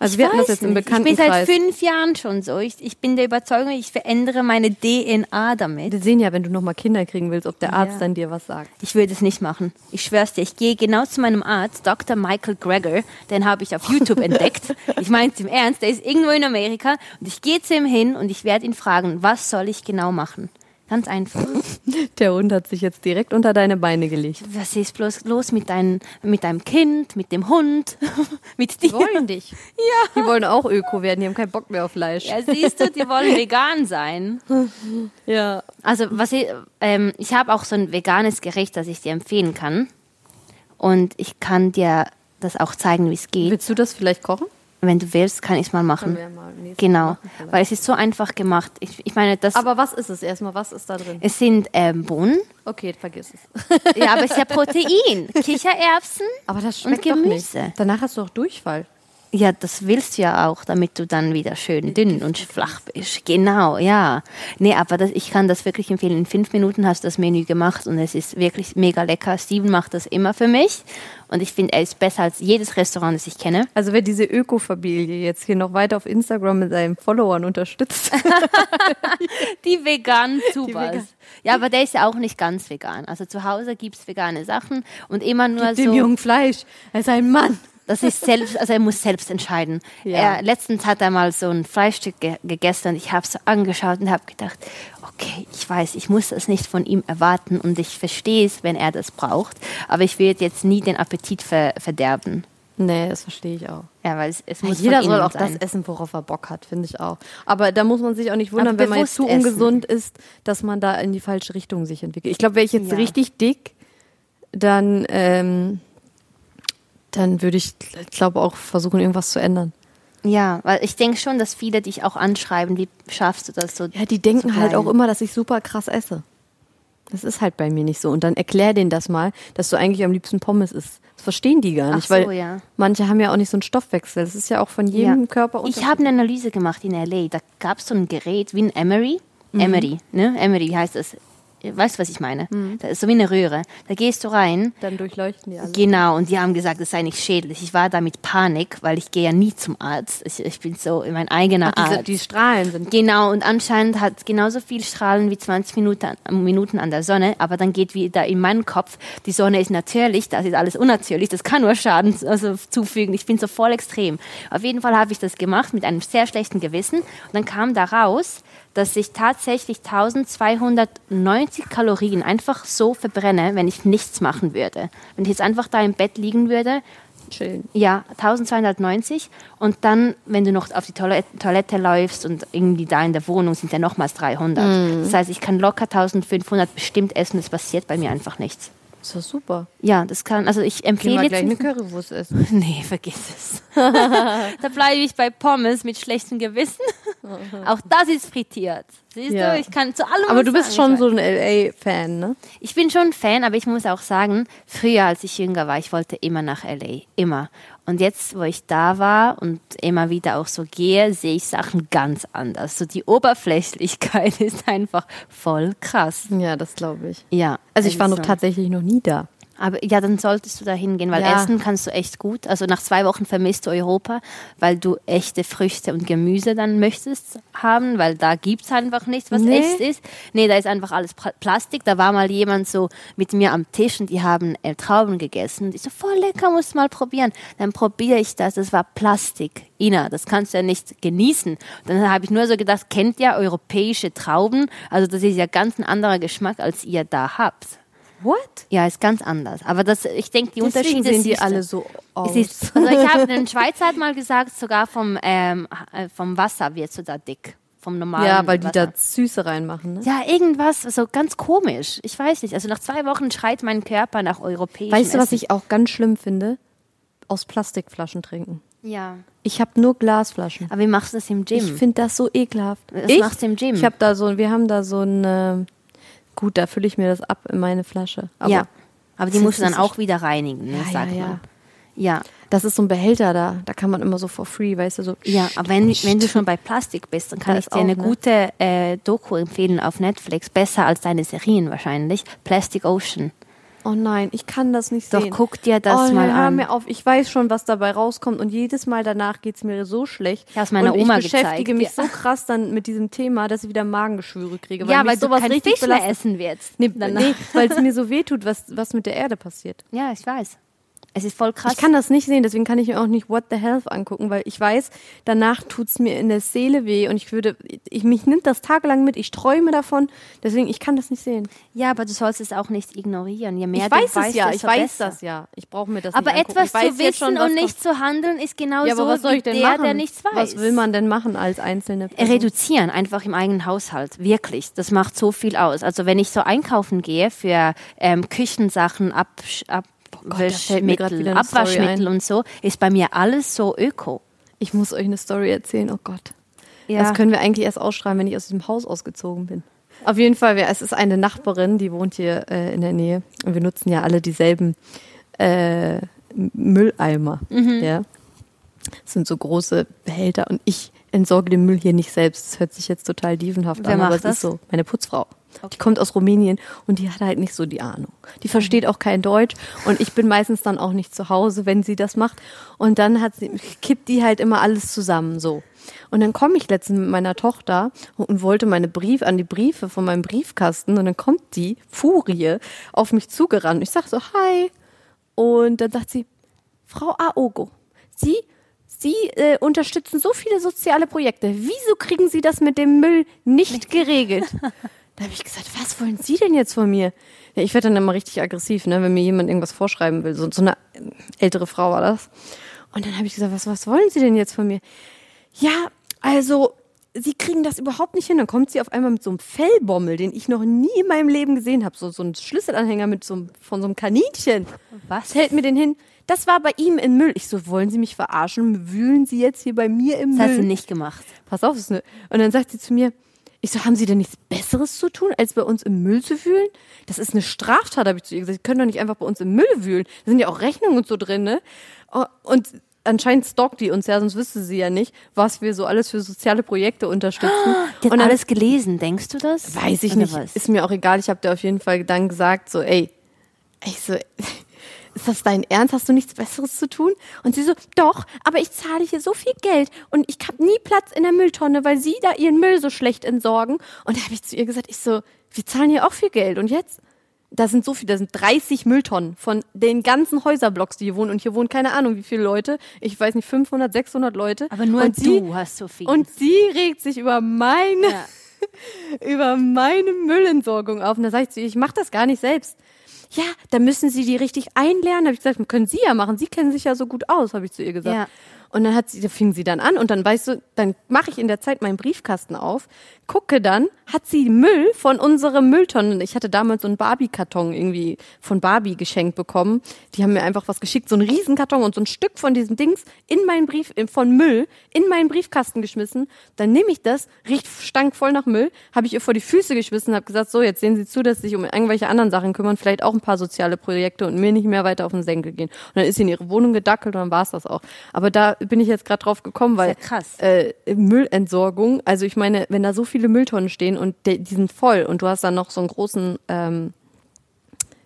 Also wir hatten das jetzt im
Ich bin halt
Bekanntenkreis.
seit fünf Jahren schon so. Ich, ich bin der Überzeugung, ich verändere meine DNA damit.
Wir sehen ja, wenn du nochmal Kinder kriegen willst, ob der Arzt
Ja.
dann dir was sagt.
Ich würde es nicht machen. Ich schwör's dir, ich gehe genau zu meinem Arzt, Dr. Michael Gregor, den habe ich auf YouTube entdeckt. Ich meine im Ernst, der ist irgendwo in Amerika und ich gehe zu ihm hin und ich werde ihn fragen, was soll ich genau machen? Ganz einfach.
Der Hund hat sich jetzt direkt unter deine Beine gelegt.
Was ist bloß los mit, dein, mit deinem Kind, mit dem Hund, mit dir?
dich. Ja. Die wollen auch Öko werden, die haben keinen Bock mehr auf Fleisch.
Ja, siehst du, die wollen vegan sein.
Ja.
Also, was ich, ähm, ich habe auch so ein veganes Gericht, das ich dir empfehlen kann. Und ich kann dir das auch zeigen, wie es geht.
Willst du das vielleicht kochen?
Wenn du willst, kann ich es mal machen. Genau, weil es ist so einfach gemacht. Ich, ich meine, das
Aber was ist es erstmal? Was ist da drin?
es sind ähm, Bohnen,
Okay, vergiss es.
ja, aber es ist ja Protein, Kichererbsen.
Aber das
Und
schmeckt doch nicht.
Gemüse.
Danach hast du auch Durchfall.
Ja, das willst du ja auch, damit du dann wieder schön dünn und flach bist. Genau, ja. Nee, aber das, ich kann das wirklich empfehlen. In fünf Minuten hast du das Menü gemacht und es ist wirklich mega lecker. Steven macht das immer für mich und ich finde, er ist besser als jedes Restaurant, das ich kenne.
Also wer diese Öko-Familie jetzt hier noch weiter auf Instagram mit seinen Followern unterstützt.
Die veganen Zubas.
vegan-
Ja, aber der ist ja auch nicht ganz vegan. Also zu Hause gibt's vegane Sachen und immer nur so.
Also Fleisch. Er ist ein Mann.
Das ist selbst, also er muss selbst entscheiden.
Ja.
Er, letztens hat er mal so ein Fleischstück ge gegessen und ich habe es angeschaut und habe gedacht, okay, ich weiß, ich muss das nicht von ihm erwarten und ich verstehe es, wenn er das braucht, aber ich will jetzt nie den Appetit ver verderben.
Nee, das verstehe ich auch.
Ja, weil es, es muss
Jeder
von
soll
innen
auch
sein.
das essen, worauf er Bock hat, finde ich auch. Aber da muss man sich auch nicht wundern,
Aber
wenn man jetzt zu
bewusst essen.
ungesund ist, dass man da in die falsche Richtung sich entwickelt. Ich glaube, wäre ich jetzt
Ja.
richtig dick, dann, ähm, dann würde ich, glaube auch versuchen, irgendwas zu ändern.
Ja, weil ich denke schon, dass viele dich auch anschreiben, wie schaffst du das so?
Ja, die denken
zu
halt auch
bleiben?
immer, dass ich super krass esse. Das ist halt bei mir nicht so. Und dann erklär denen das mal, dass du eigentlich am liebsten Pommes isst. Das verstehen die gar
Ach
nicht, weil
so, ja.
manche haben ja auch nicht so einen Stoffwechsel. Das ist ja auch von jedem
Ja.
Körper
Ich habe eine Analyse gemacht in LA. Da gab es so ein Gerät wie ein Emery.
Mhm.
Emery, ne? Emery heißt das. Äh, Weißt du, was ich meine?
Mhm.
Das ist so wie eine Röhre. Da gehst du rein.
Dann durchleuchten die alle.
Genau, und die haben gesagt, es sei nicht schädlich. Ich war da mit Panik, weil ich gehe ja nie zum Arzt. Ich, ich bin so mein eigener
Ach, diese,
Arzt.
die Strahlen sind
Genau, und anscheinend hat genauso viel Strahlen wie 20 Minuten, Minuten an der Sonne, aber dann geht wieder in meinen Kopf, die Sonne ist natürlich, das ist alles unnatürlich, das kann nur Schaden also, zufügen. Ich bin so voll extrem. Auf jeden Fall habe ich das gemacht mit einem sehr schlechten Gewissen und dann kam da raus, dass ich tatsächlich 1290 Kalorien einfach so verbrenne, wenn ich nichts machen würde. Wenn ich jetzt einfach da im Bett liegen würde,
chillen.
ja, 1290. Und dann, wenn du noch auf die Toilette, Toilette läufst und irgendwie da in der Wohnung sind ja nochmals 300.
Mhm.
Das heißt, ich kann locker 1500 bestimmt essen, es passiert bei mir einfach nichts.
Ist doch super.
Ja, das kann, also ich
Gehen
empfehle
wir
jetzt.
gleich eine
nicht-
Currywurst essen.
Nee, vergiss es. da bleibe ich bei Pommes mit schlechtem Gewissen. Auch das ist frittiert. Siehst
Ja.
du, ich kann zu allem.
Aber
was
du bist
sagen.
schon so ein LA-Fan, ne?
Ich bin schon Fan, aber ich muss auch sagen, früher, als ich jünger war, ich wollte immer nach LA. Immer. Und jetzt, wo ich da war und immer wieder auch so gehe, sehe ich Sachen ganz anders. So die Oberflächlichkeit ist einfach voll krass.
Ja, das glaube ich.
Ja.
Also ich war noch
so.
tatsächlich noch nie da.
Aber ja, dann solltest du da hingehen, weil
Ja.
essen kannst du echt gut. Also nach zwei Wochen vermisst du Europa, weil du echte Früchte und Gemüse dann möchtest haben, weil da gibt's einfach nichts, was
Nee.
echt ist. Nee, da ist einfach alles Pla- Plastik. Da war mal jemand so mit mir am Tisch und die haben äh, Trauben gegessen. Und ich so, voll lecker, musst du mal probieren. Dann probiere ich das. Das war Plastik. Ina, das kannst du ja nicht genießen. Dann habe ich nur so gedacht, kennt ihr europäische Trauben? Also das ist ja ganz ein anderer Geschmack, als ihr da habt.
What?
Ja, ist ganz anders. Aber das, ich denke, die
Deswegen
Unterschiede
sehen die
siehst du.
alle so aus.
Es ist, also ich habe einen Schweizer hat mal gesagt, sogar vom, ähm, äh, vom Wasser wirst du da dick. Vom normalen
ja, weil die
Wasser.
da Süße reinmachen, ne?
Ja, irgendwas, so ganz komisch. Ich weiß nicht. Also nach zwei Wochen schreit mein Körper nach europäischem
Weißt du, was
Essen.
ich auch ganz schlimm finde? Aus Plastikflaschen trinken.
Ja.
Ich habe nur Glasflaschen.
Aber wie machst du das im
Ich
Gym?
finde das so ekelhaft.
Was
ich?
machst du im Gym?
Ich habe da so, wir haben da so ein, ähm, gut, da fülle ich mir das ab in meine Flasche. Aber
ja. Aber die
Das
musst du
ist
dann
so
auch wieder reinigen, ne,
Ja,
sagt
ja, ja.
man. Ja.
das ist so ein Behälter da. Da kann man immer so for free, weißt du, so.
Ja, aber wenn, wenn du schon bei Plastik bist, dann kann
Da
ich
ist
dir eine
auch, ne?
gute äh, Doku empfehlen auf Netflix, besser als deine Serien wahrscheinlich. Plastic Ocean.
oh nein, ich kann das nicht
Doch,
sehen.
guck dir das
oh,
mal
hör
an.
mir auf, ich weiß schon, was dabei rauskommt und jedes Mal danach geht's mir so schlecht.
Ich hab's meiner
und
Oma
ich beschäftige
gezeigt,
mich
ja.
so krass dann mit diesem Thema, dass ich wieder Magengeschwüre kriege, weil
ja,
mich
weil du
sowas
keinen
richtig
Fisch mehr
belastet.
essen wirst.
Nee,
danach.
nee weil es mir so weh tut, was, was mit der Erde passiert.
Ja, ich weiß. Es ist voll krass.
Ich kann das nicht sehen, deswegen kann ich mir auch nicht What the Health angucken, weil ich weiß, danach tut's mir in der Seele weh und ich würde, ich, mich nimmt das tagelang mit, ich träume davon, deswegen ich kann das nicht sehen.
ja, aber du sollst es auch nicht ignorieren. Je mehr
ich weiß
du
es
weißt,
ja, ich
desto
weiß
besser.
das ja. Ich brauche mir das
Aber
nicht angucken.
etwas
ich weiß
zu
jetzt
wissen
schon, was
und
kommt.
nicht zu handeln ist genau
Ja,
so
aber was soll
wie
ich denn
der,
machen?
der nichts weiß.
Was will man Also- denn machen als einzelne Person?
Reduzieren einfach im eigenen Haushalt, wirklich. Das macht so viel aus. Also wenn ich so einkaufen gehe für ähm, Küchensachen, Absch Ab
Oh Gott, da fällt mir grad wieder
Wäschemittel,
eine Story
Abwaschmittel und so, ist bei mir alles so öko.
Ich muss euch eine Story erzählen, oh Gott.
Ja.
Das können wir eigentlich erst ausschreiben, wenn ich aus diesem Haus ausgezogen bin. Auf jeden Fall, wir- es ist eine Nachbarin, die wohnt hier äh, in der Nähe und wir nutzen ja alle dieselben äh, M- Mülleimer. Ja. Das sind so große Behälter und ich entsorge den Müll hier nicht selbst. Das hört sich jetzt total dievenhaft
Wer
an, aber
macht
es
das?
ist so. Meine Putzfrau. Die kommt aus Rumänien und die hat halt nicht so die Ahnung. Die versteht auch kein Deutsch und ich bin meistens dann auch nicht zu Hause, wenn sie das macht. Und dann hat sie, kippt die halt immer alles zusammen so. Und dann komme ich letztens mit meiner Tochter und wollte meine Brief an die Briefe von meinem Briefkasten und dann kommt die Furie auf mich zugerannt. Ich sag so, hi. Und dann sagt sie, Frau Aogo, Sie, Sie äh, unterstützen so viele soziale Projekte. Wieso kriegen Sie das mit dem Müll nicht geregelt? Da habe ich gesagt, was wollen Sie denn jetzt von mir? Ja, ich werde dann immer richtig aggressiv, ne, wenn mir jemand irgendwas vorschreiben will. So, so eine äh, ältere Frau war das. Und dann habe ich gesagt, was, was wollen Sie denn jetzt von mir? Ja, also sie kriegen das überhaupt nicht hin. Dann kommt sie auf einmal mit so einem Fellbommel, den ich noch nie in meinem Leben gesehen habe. So, so ein Schlüsselanhänger mit so einem, von so einem Kaninchen.
Was?
Hält mir den hin. Das war bei ihm im Müll. Ich so, wollen Sie mich verarschen? Wühlen Sie jetzt hier bei mir im
Das hast
Müll?
du nicht gemacht.
Pass auf, ist ne. Und dann sagt sie zu mir, ich so, haben Sie denn nichts Besseres zu tun, als bei uns im Müll zu wühlen? Das ist eine Straftat, habe ich zu ihr gesagt. Sie können doch nicht einfach bei uns im Müll wühlen. Da sind ja auch Rechnungen und so drin, ne? Oh, Und anscheinend stalkt die uns ja, sonst wüsste sie ja nicht, was wir so alles für soziale Projekte unterstützen.
Die hat
Und dann-
alles gelesen, denkst du das?
Weiß ich
Oder
nicht.
was?
Ist mir auch egal. Ich habe dir auf jeden Fall dann gesagt, so, ey, ich so, ist das dein Ernst? Hast du nichts Besseres zu tun? Und sie so, doch, aber ich zahle hier so viel Geld und ich habe nie Platz in der Mülltonne, weil sie da ihren Müll so schlecht entsorgen. Und da habe ich zu ihr gesagt, ich so, wir zahlen hier auch viel Geld. Und jetzt? Da sind so viele, da sind 30 Mülltonnen von den ganzen Häuserblocks, die hier wohnen. Und hier wohnen keine Ahnung, wie viele Leute. Ich weiß nicht, 500, 600 Leute.
Aber nur
und
du
sie,
hast so viel.
Und sie regt sich über meine
ja.
über meine Müllentsorgung auf. Und da sag ich zu ihr, ich mache das gar nicht selbst. Ja, da müssen Sie die richtig einlernen. Habe ich gesagt, können Sie ja machen. Sie kennen sich ja so gut aus, habe ich zu ihr gesagt.
Ja.
Und dann hat sie, da fing sie dann an und dann weißt du, dann mache ich in der Zeit meinen Briefkasten auf, gucke dann, hat sie Müll von unserem Mülltonnen. Ich hatte damals so einen Barbie-Karton irgendwie von Barbie geschenkt bekommen. Die haben mir einfach was geschickt, so einen Riesenkarton und so ein Stück von diesem Dings in meinen Brief, äh, von Müll, in meinen Briefkasten geschmissen. Dann nehme ich das, riecht stank voll nach Müll, habe ich ihr vor die Füße geschmissen, habe gesagt, so, jetzt sehen Sie zu, dass Sie sich um irgendwelche anderen Sachen kümmern, vielleicht auch ein paar soziale Projekte und mir nicht mehr weiter auf den Senkel gehen. Und dann ist sie in ihre Wohnung gedackelt und dann war es das auch. Aber da bin ich jetzt gerade drauf gekommen, weil
Ist ja krass.
Äh, Müllentsorgung, also ich meine, wenn da so viele Mülltonnen stehen und de- die sind voll und du hast dann noch so einen großen, ähm,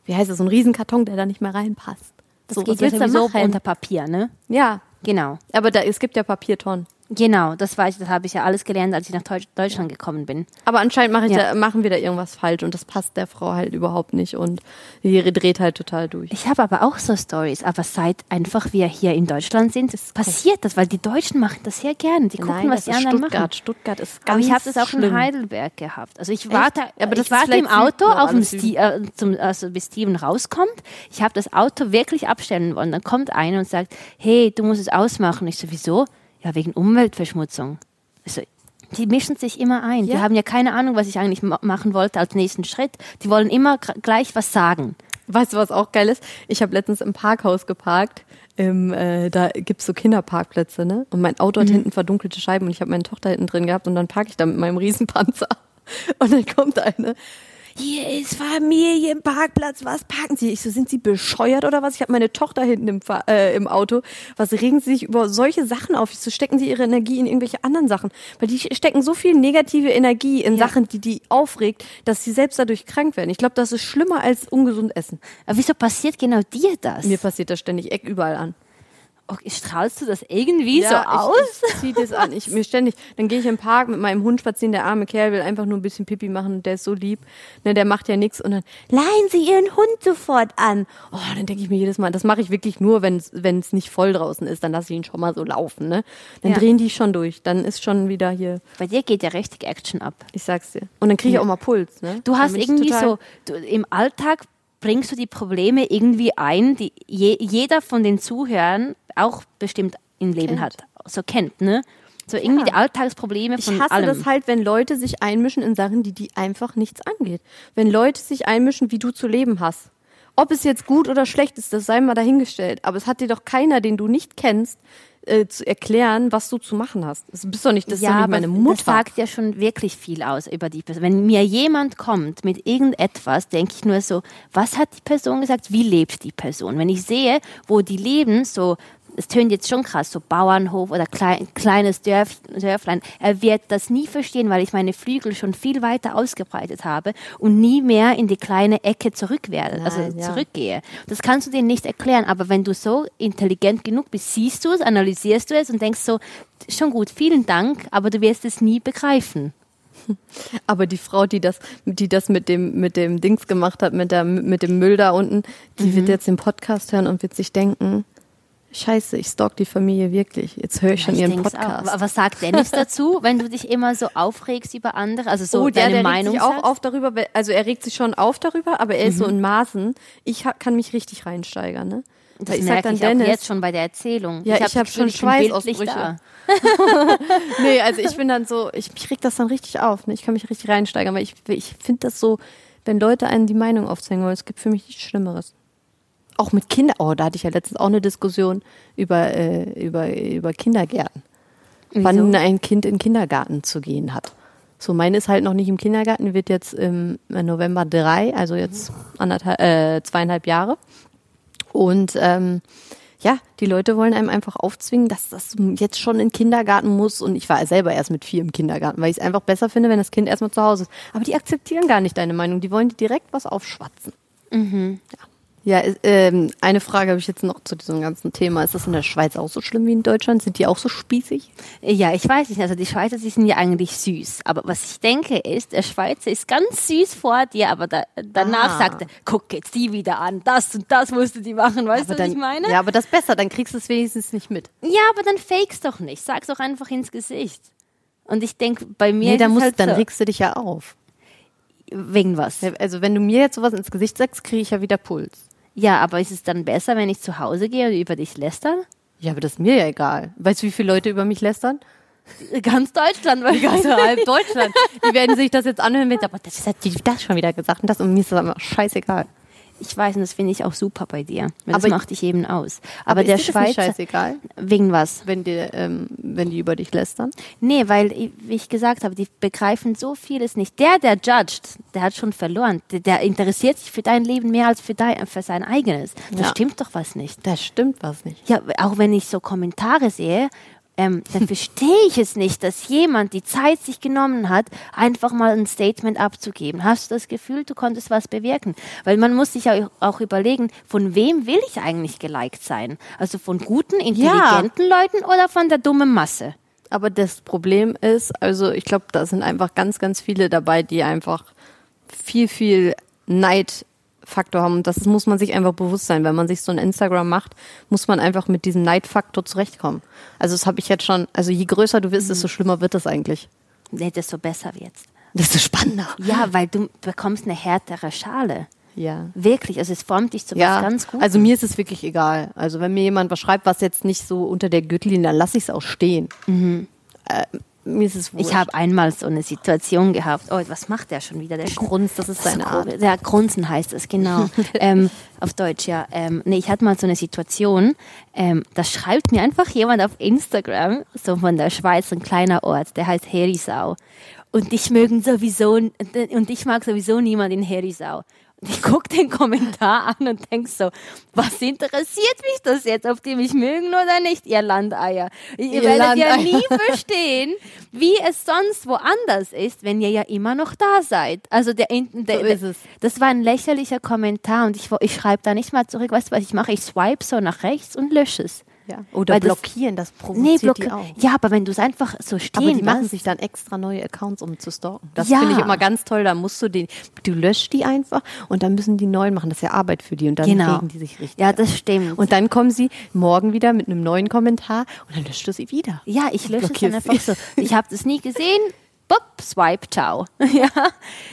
wie heißt es, so einen Riesenkarton, der da nicht mehr reinpasst.
Das
so,
geht
was
jetzt
willst du
sowieso
machen?
unter Papier, ne?
Ja,
Genau.
aber da, es gibt ja Papiertonnen.
Genau, das weiß ich, das habe ich ja alles gelernt, als ich nach Deutsch Deutschland gekommen bin.
Aber anscheinend mache ich da,
Ja.
machen wir da irgendwas falsch und das passt der Frau halt überhaupt nicht und die dreht halt total durch.
Ich habe aber auch so Stories, aber seit einfach wir hier in Deutschland sind, passiert das, weil die Deutschen machen das sehr gerne. Die gucken, was die
das ist
anderen
Stuttgart.
machen.
Stuttgart ist ganz
Aber ich habe das auch
schlimm.
in Heidelberg gehabt. Also ich warte,
Aber das
ich
ist
warte
vielleicht
im Auto
Süden,
auf den
alles
Sti äh, zum, also bis Steven rauskommt. Ich habe das Auto wirklich abstellen wollen. Dann kommt einer und sagt, hey, du musst es ausmachen. Ich so, wieso? Ja, wegen Umweltverschmutzung. Ich so, die mischen sich immer ein. Die
Ja.
haben ja keine Ahnung, was ich eigentlich ma machen wollte als nächsten Schritt. Die wollen immer gr- gleich was sagen.
Weißt du, was auch geil ist? Ich habe letztens im Parkhaus geparkt. Im, äh, da gibt's so Kinderparkplätze, ne? Und mein Auto hat hinten verdunkelte Scheiben und ich habe meine Tochter hinten drin gehabt und dann parke ich da mit meinem Riesenpanzer. Und dann kommt eine. hier ist Familienparkplatz, was parken Sie? Ich so, sind Sie bescheuert oder was? Ich habe meine Tochter hinten im, Fahr äh, im Auto. Was regen Sie sich über solche Sachen auf? Ich so, stecken Sie Ihre Energie in irgendwelche anderen Sachen? Weil die stecken so viel negative Energie in Sachen, die die aufregt, dass sie selbst dadurch krank werden. Ich glaube, das ist schlimmer als ungesund essen.
Aber wieso passiert genau dir das?
Mir passiert das ständig, eck überall an.
Okay, strahlst du das irgendwie
ja,
so aus?
Ich, ich zieh das an. Ich, mir ständig. Dann gehe ich im Park mit meinem Hund spazieren. Der arme Kerl will einfach nur ein bisschen Pipi machen. und Der ist so lieb. Ne, der macht ja nichts. Und dann leihen Sie Ihren Hund sofort an. Oh, dann denke ich mir jedes Mal, das mache ich wirklich nur, wenn es nicht voll draußen ist. Dann lasse ich ihn schon mal so laufen. Ne? Dann
Ja.
drehen die schon durch. Dann ist schon wieder hier.
Bei dir geht ja richtig Action ab.
Ich sag's dir. Und dann kriege ich auch mal Puls. Ne?
Du
Dann
hast
bin ich
irgendwie
total-
so, du, im Alltag bringst du die Probleme irgendwie ein, die je, jeder von den Zuhörern auch bestimmt im Leben hat, so kennt, ne? So irgendwie die Alltagsprobleme von
Ich hasse
allem.
das halt, wenn Leute sich einmischen in Sachen, die die einfach nichts angeht. Wenn Leute sich einmischen, wie du zu leben hast. Ob es jetzt gut oder schlecht ist, das sei mal dahingestellt. Aber es hat dir doch keiner, den du nicht kennst, äh, zu erklären, was du zu machen hast. Das bist doch nicht, das ist doch nicht
aber
meine Mutter.
Das sagt ja schon wirklich viel aus über die Person. Wenn mir jemand kommt mit irgendetwas, denke ich nur so, was hat die Person gesagt? Wie lebt die Person? Wenn ich sehe, wo die leben, so, es tönt jetzt schon krass, so Bauernhof oder klein, kleines Dörf, Dörflein, er wird das nie verstehen, weil ich meine Flügel schon viel weiter ausgebreitet habe und nie mehr in die kleine Ecke zurück werde, also
Nein, ja.
zurückgehe. Das kannst du dir nicht erklären, aber wenn du so intelligent genug bist, siehst du es, analysierst du es und denkst so, schon gut, vielen Dank, aber du wirst es nie begreifen.
Aber die Frau, die das, die das mit dem, mit dem Dings gemacht hat, mit der, mit dem Müll da unten, die wird jetzt den Podcast hören und wird sich denken, Scheiße, ich stalk die Familie wirklich. Jetzt höre ich schon
Ich
ihren
denk's auch.
Podcast.
Wa- Was sagt Dennis dazu, wenn du dich immer so aufregst über andere, also so
oh, der,
deine
der
Meinung
regt sich auch
sagst? Mhm.
auf darüber, weil- also er regt sich schon auf darüber, aber er ist so in Maßen. Ich ha- kann mich richtig reinsteigern, ne?
Das
Weil
merke ich auch jetzt schon bei der Erzählung.
Ja, ich
das
hab
Gefühl,
schon
ich bin bildlich
Schweißausbrüche.
da.
nee, also ich bin dann so, ich mich regt das dann richtig auf, ne? Ich kann mich richtig reinsteigern, weil ich, ich finde das so, wenn Leute einen die Meinung aufzwingen wollen, es gibt für mich nichts Schlimmeres. Auch mit Kindern, oh, da hatte ich ja letztens auch eine Diskussion über, äh, über, über Kindergärten. Wann ein Kind in den Kindergarten zu gehen hat. So, meine ist halt noch nicht im Kindergarten, wird jetzt im äh, November drei, also jetzt anderthalb, äh, zweieinhalb Jahre. Und ähm, ja, die Leute wollen einem einfach aufzwingen, dass das jetzt schon in den Kindergarten muss. Und ich war selber erst mit vier im Kindergarten, weil ich es einfach besser finde, wenn das Kind erstmal zu Hause ist. Aber die akzeptieren gar nicht deine Meinung, die wollen dir direkt was aufschwatzen.
Mhm.
Ja, ist, ähm, eine Frage habe ich jetzt noch zu diesem ganzen Thema. Ist das in der Schweiz auch so schlimm wie in Deutschland? Sind die auch so spießig?
Ja, ich weiß nicht. Also die Schweizer, die sind ja eigentlich süß. Aber was ich denke ist, der Schweizer ist ganz süß vor dir, aber da, danach
Ah.
sagt er, guck jetzt die wieder an, das und das musst du die machen, weißt du, was
dann,
ich meine?
Ja, aber das ist besser, dann kriegst du es wenigstens nicht mit.
Ja, aber dann fakes doch nicht. Sag's doch einfach ins Gesicht. Und ich denke, bei mir
Nee,
ist
dann,
es
musst,
halt
dann
so,
regst du dich ja auf.
wegen was.
Ja, Also wenn du mir jetzt sowas ins Gesicht sagst, kriege ich ja wieder Puls.
Ja, aber ist es dann besser, wenn ich zu Hause gehe und über dich lästern?
Ja, aber das ist mir ja egal. Weißt du, wie viele Leute über mich lästern? Äh,
Ganz Deutschland, weil
Also halb Deutschland. Die werden sich das jetzt anhören mit, aber das hat die das schon wieder gesagt und das und mir ist das einfach scheißegal.
ich weiß, und das finde ich auch super bei dir. Weil
Aber-
das macht dich eben aus. Aber,
Aber,
der
ist dir das nicht
Schweizer
scheißegal,
wegen was?
wenn die, ähm, wenn die über dich lästern.
Nee, weil, wie ich gesagt habe, die begreifen so vieles nicht. Der, der judged, der hat schon verloren. Der, der interessiert sich für dein Leben mehr als für, dein, für sein eigenes. Da
Ja.
stimmt doch was nicht.
Da stimmt was nicht.
Ja, auch wenn ich so Kommentare sehe, ähm, dann verstehe ich es nicht, dass jemand die Zeit sich genommen hat, einfach mal ein Statement abzugeben. Hast du das Gefühl, du konntest was bewirken? Weil man muss sich ja auch überlegen, von wem will ich eigentlich geliked sein? Also von guten, intelligenten Leuten oder von der dummen Masse?
Aber das Problem ist, also ich glaube, da sind einfach ganz, ganz viele dabei, die einfach viel, viel Neidfaktor haben. Und das muss man sich einfach bewusst sein. Wenn man sich so ein Instagram macht, muss man einfach mit diesem Neidfaktor zurechtkommen. Also das habe ich jetzt schon, also je größer du wirst, desto schlimmer wird das eigentlich.
Nee, desto besser wird's.
Desto spannender.
Ja, weil du bekommst eine härtere Schale.
Ja.
Wirklich, also es formt dich zu
Ja,
was ganz Gutes.
also mir ist es wirklich egal. Also wenn mir jemand was schreibt, was jetzt nicht so unter der Gürtellinie, dann lasse ich es auch stehen. Äh, mir ist es wurscht.
ich habe einmal so eine Situation gehabt. Oh, was macht der schon wieder? Der
Grunz, das ist seine Art.
Ja, Grunzen heißt es, genau. ähm, auf Deutsch, ja. Ähm, nee, ich hatte mal so eine Situation, ähm, da schreibt mir einfach jemand auf Instagram, so von der Schweiz, ein kleiner Ort, der heißt Herisau. und ich mögen sowieso und ich mag sowieso niemand in Herisau. Und ich gucke den Kommentar an und denke so, was interessiert mich das jetzt, ob die mich mögen oder nicht, ihr Landeier? Ihr,
Ihr
werdet ja
Landeier.
nie verstehen, wie es sonst woanders ist, wenn ihr ja immer noch da seid. Also der, in- der,
So ist es.
das war ein lächerlicher Kommentar und ich, wo- ich schreibe da nicht mal zurück, weißt du, was ich mache? Ich swipe so nach rechts und lösche es.
Ja. Oder
Weil das-
blockieren, das,
Nee,
provoziert
block
die auch.
Ja, aber wenn du es einfach so stehen
Aber die machen
lässt-
sich dann extra neue Accounts, um zu stalken. Das
Ja.
finde ich immer ganz toll. Da musst du den, du löscht die einfach und dann müssen die neuen machen. Das ist ja Arbeit für die und dann regen die sich richtig.
genau. Ja, das stimmt.
Und dann kommen sie morgen wieder mit einem neuen Kommentar und dann löscht du sie wieder.
ja, ich lösche es dann
blockierst
einfach
sie.
so. Ich habe das nie gesehen. Bob, swipe, ciao. Ja,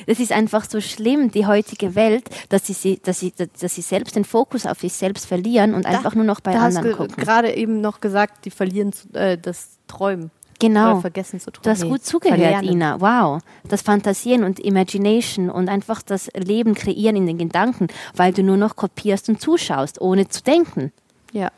das ist einfach so schlimm, die heutige Welt, dass sie, sie, dass sie, dass sie selbst den Fokus auf sich selbst verlieren und einfach nur noch bei
da hast
anderen
du
gucken.
gerade eben noch gesagt, die verlieren zu, äh, das Träumen.
Genau.
Oder vergessen zu träumen.
Du hast
Nee,
gut zugehört,
verlernen.
Ina. Wow. Das Fantasieren und Imagination und einfach das Leben kreieren in den Gedanken, weil du nur noch kopierst und zuschaust, ohne zu denken.
Ja.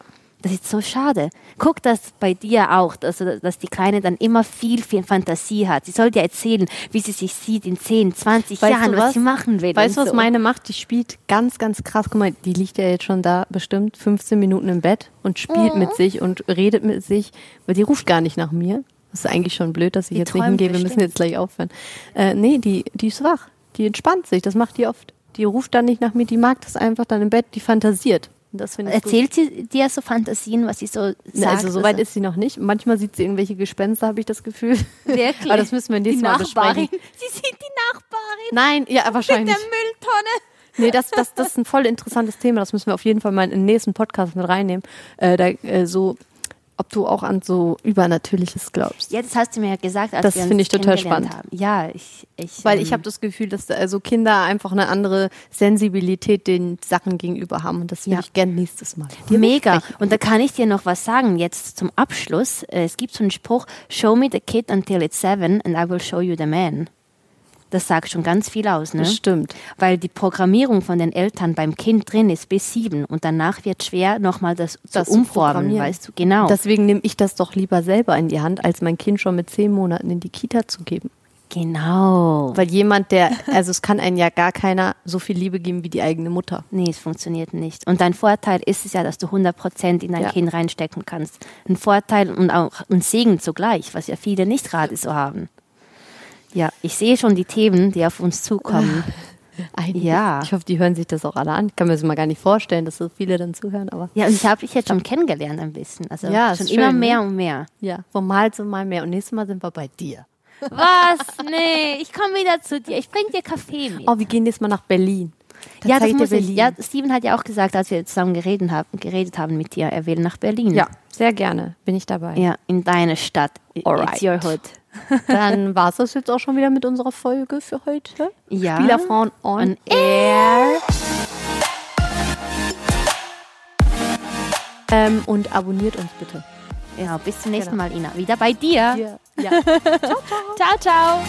Das ist so schade. Guck das bei dir auch, dass, dass die Kleine dann immer viel, viel Fantasie hat. Sie soll dir erzählen, wie sie sich sieht in 10, 20
Weißt
Jahren,
du
was?
was?
sie machen will.
Weißt du,
und
was
so.
meine macht? Die spielt ganz, ganz krass. Guck mal, die liegt ja jetzt schon da bestimmt 15 Minuten im Bett und spielt
Mhm.
mit sich und redet mit sich, weil die ruft gar nicht nach mir. Das ist eigentlich schon blöd, dass ich jetzt nicht
träumt
hingehe. Wir müssen
bestimmt.
jetzt gleich aufhören. Äh, nee, die, die ist wach. Die entspannt sich. Das macht die oft. Die ruft dann nicht nach mir. Die mag das einfach dann im Bett. Die fantasiert. Und das finde ich gut.
Erzählt sie dir so Fantasien, was sie so sagt?
Na, also soweit
Also-
ist sie noch nicht. Manchmal sieht sie irgendwelche Gespenster, habe ich das Gefühl.
Wirklich?
Aber das müssen wir nächstes
die
Mal
Nachbarin.
besprechen.
Sie sind die Nachbarin
Nein, ja,
mit
wahrscheinlich.
der Mülltonne.
Nee, das, das, das ist ein voll interessantes Thema. Das müssen wir auf jeden Fall mal in den nächsten Podcast mit reinnehmen. Äh, da, äh, so, ob du auch an so Übernatürliches glaubst.
Jetzt hast du mir ja gesagt, als
Das
wir uns
finde ich total
kennengelernt
spannend.
Haben. Ja, ich, ich.
Weil
ähm,
ich habe das Gefühl, dass äh, so Kinder einfach eine andere Sensibilität den Sachen gegenüber haben. Und das würde
Ja.
ich gern nächstes Mal.
Mega. Und da kann ich dir noch was sagen, jetzt zum Abschluss. Äh, Es gibt so einen Spruch, show me the kid until it's seven and I will show you the man. Das sagt schon ganz viel aus, ne?
Das stimmt.
Weil die Programmierung von den Eltern beim Kind drin ist bis sieben und danach wird schwer, nochmal das,
Das
zu
zu
umformen,
programmieren.
weißt du, genau.
Deswegen nehme ich das doch lieber selber in die Hand, als mein Kind schon mit zehn Monaten in die Kita zu geben.
genau.
Weil jemand, der, also es kann einem ja gar keiner so viel Liebe geben wie die eigene Mutter.
Nee, es funktioniert nicht. Und dein Vorteil ist es ja, dass du 100% in dein
Ja.
Kind reinstecken kannst. Ein Vorteil und auch ein Segen zugleich, was ja viele nicht gerade so haben. Ja, ich sehe schon die Themen, die auf uns zukommen.
Einiges.
Ja.
Ich hoffe, die hören sich das auch alle an. Ich kann mir das mal gar nicht vorstellen, dass so viele dann zuhören, aber
Ja, und ich habe dich jetzt schon kennengelernt ein bisschen. Also
Ja, ist
schon immer
schön,
mehr und mehr.
ja, vom Mal zu Mal mehr. Und nächstes Mal sind wir bei dir.
Was? Nee, ich komme wieder zu dir. Ich bringe dir Kaffee mit.
Oh, wir gehen jetzt mal nach Berlin. Dann zeig
ja, das
ich dir
muss
Berlin.
ich. Ja, Steven hat ja auch gesagt, als wir zusammen geredet haben, geredet haben mit dir, er will nach Berlin.
ja, sehr gerne. Bin ich dabei.
Ja, in deine Stadt. It's
Alright.
your hood.
Dann war es das jetzt auch schon wieder mit unserer Folge für heute.
Ja.
Spielerfrauen on,
On
Air. Ähm, und abonniert uns bitte.
Ja, bis zum nächsten Mal, Ina. Wieder bei dir.
Ja. ja.
Ciao, ciao.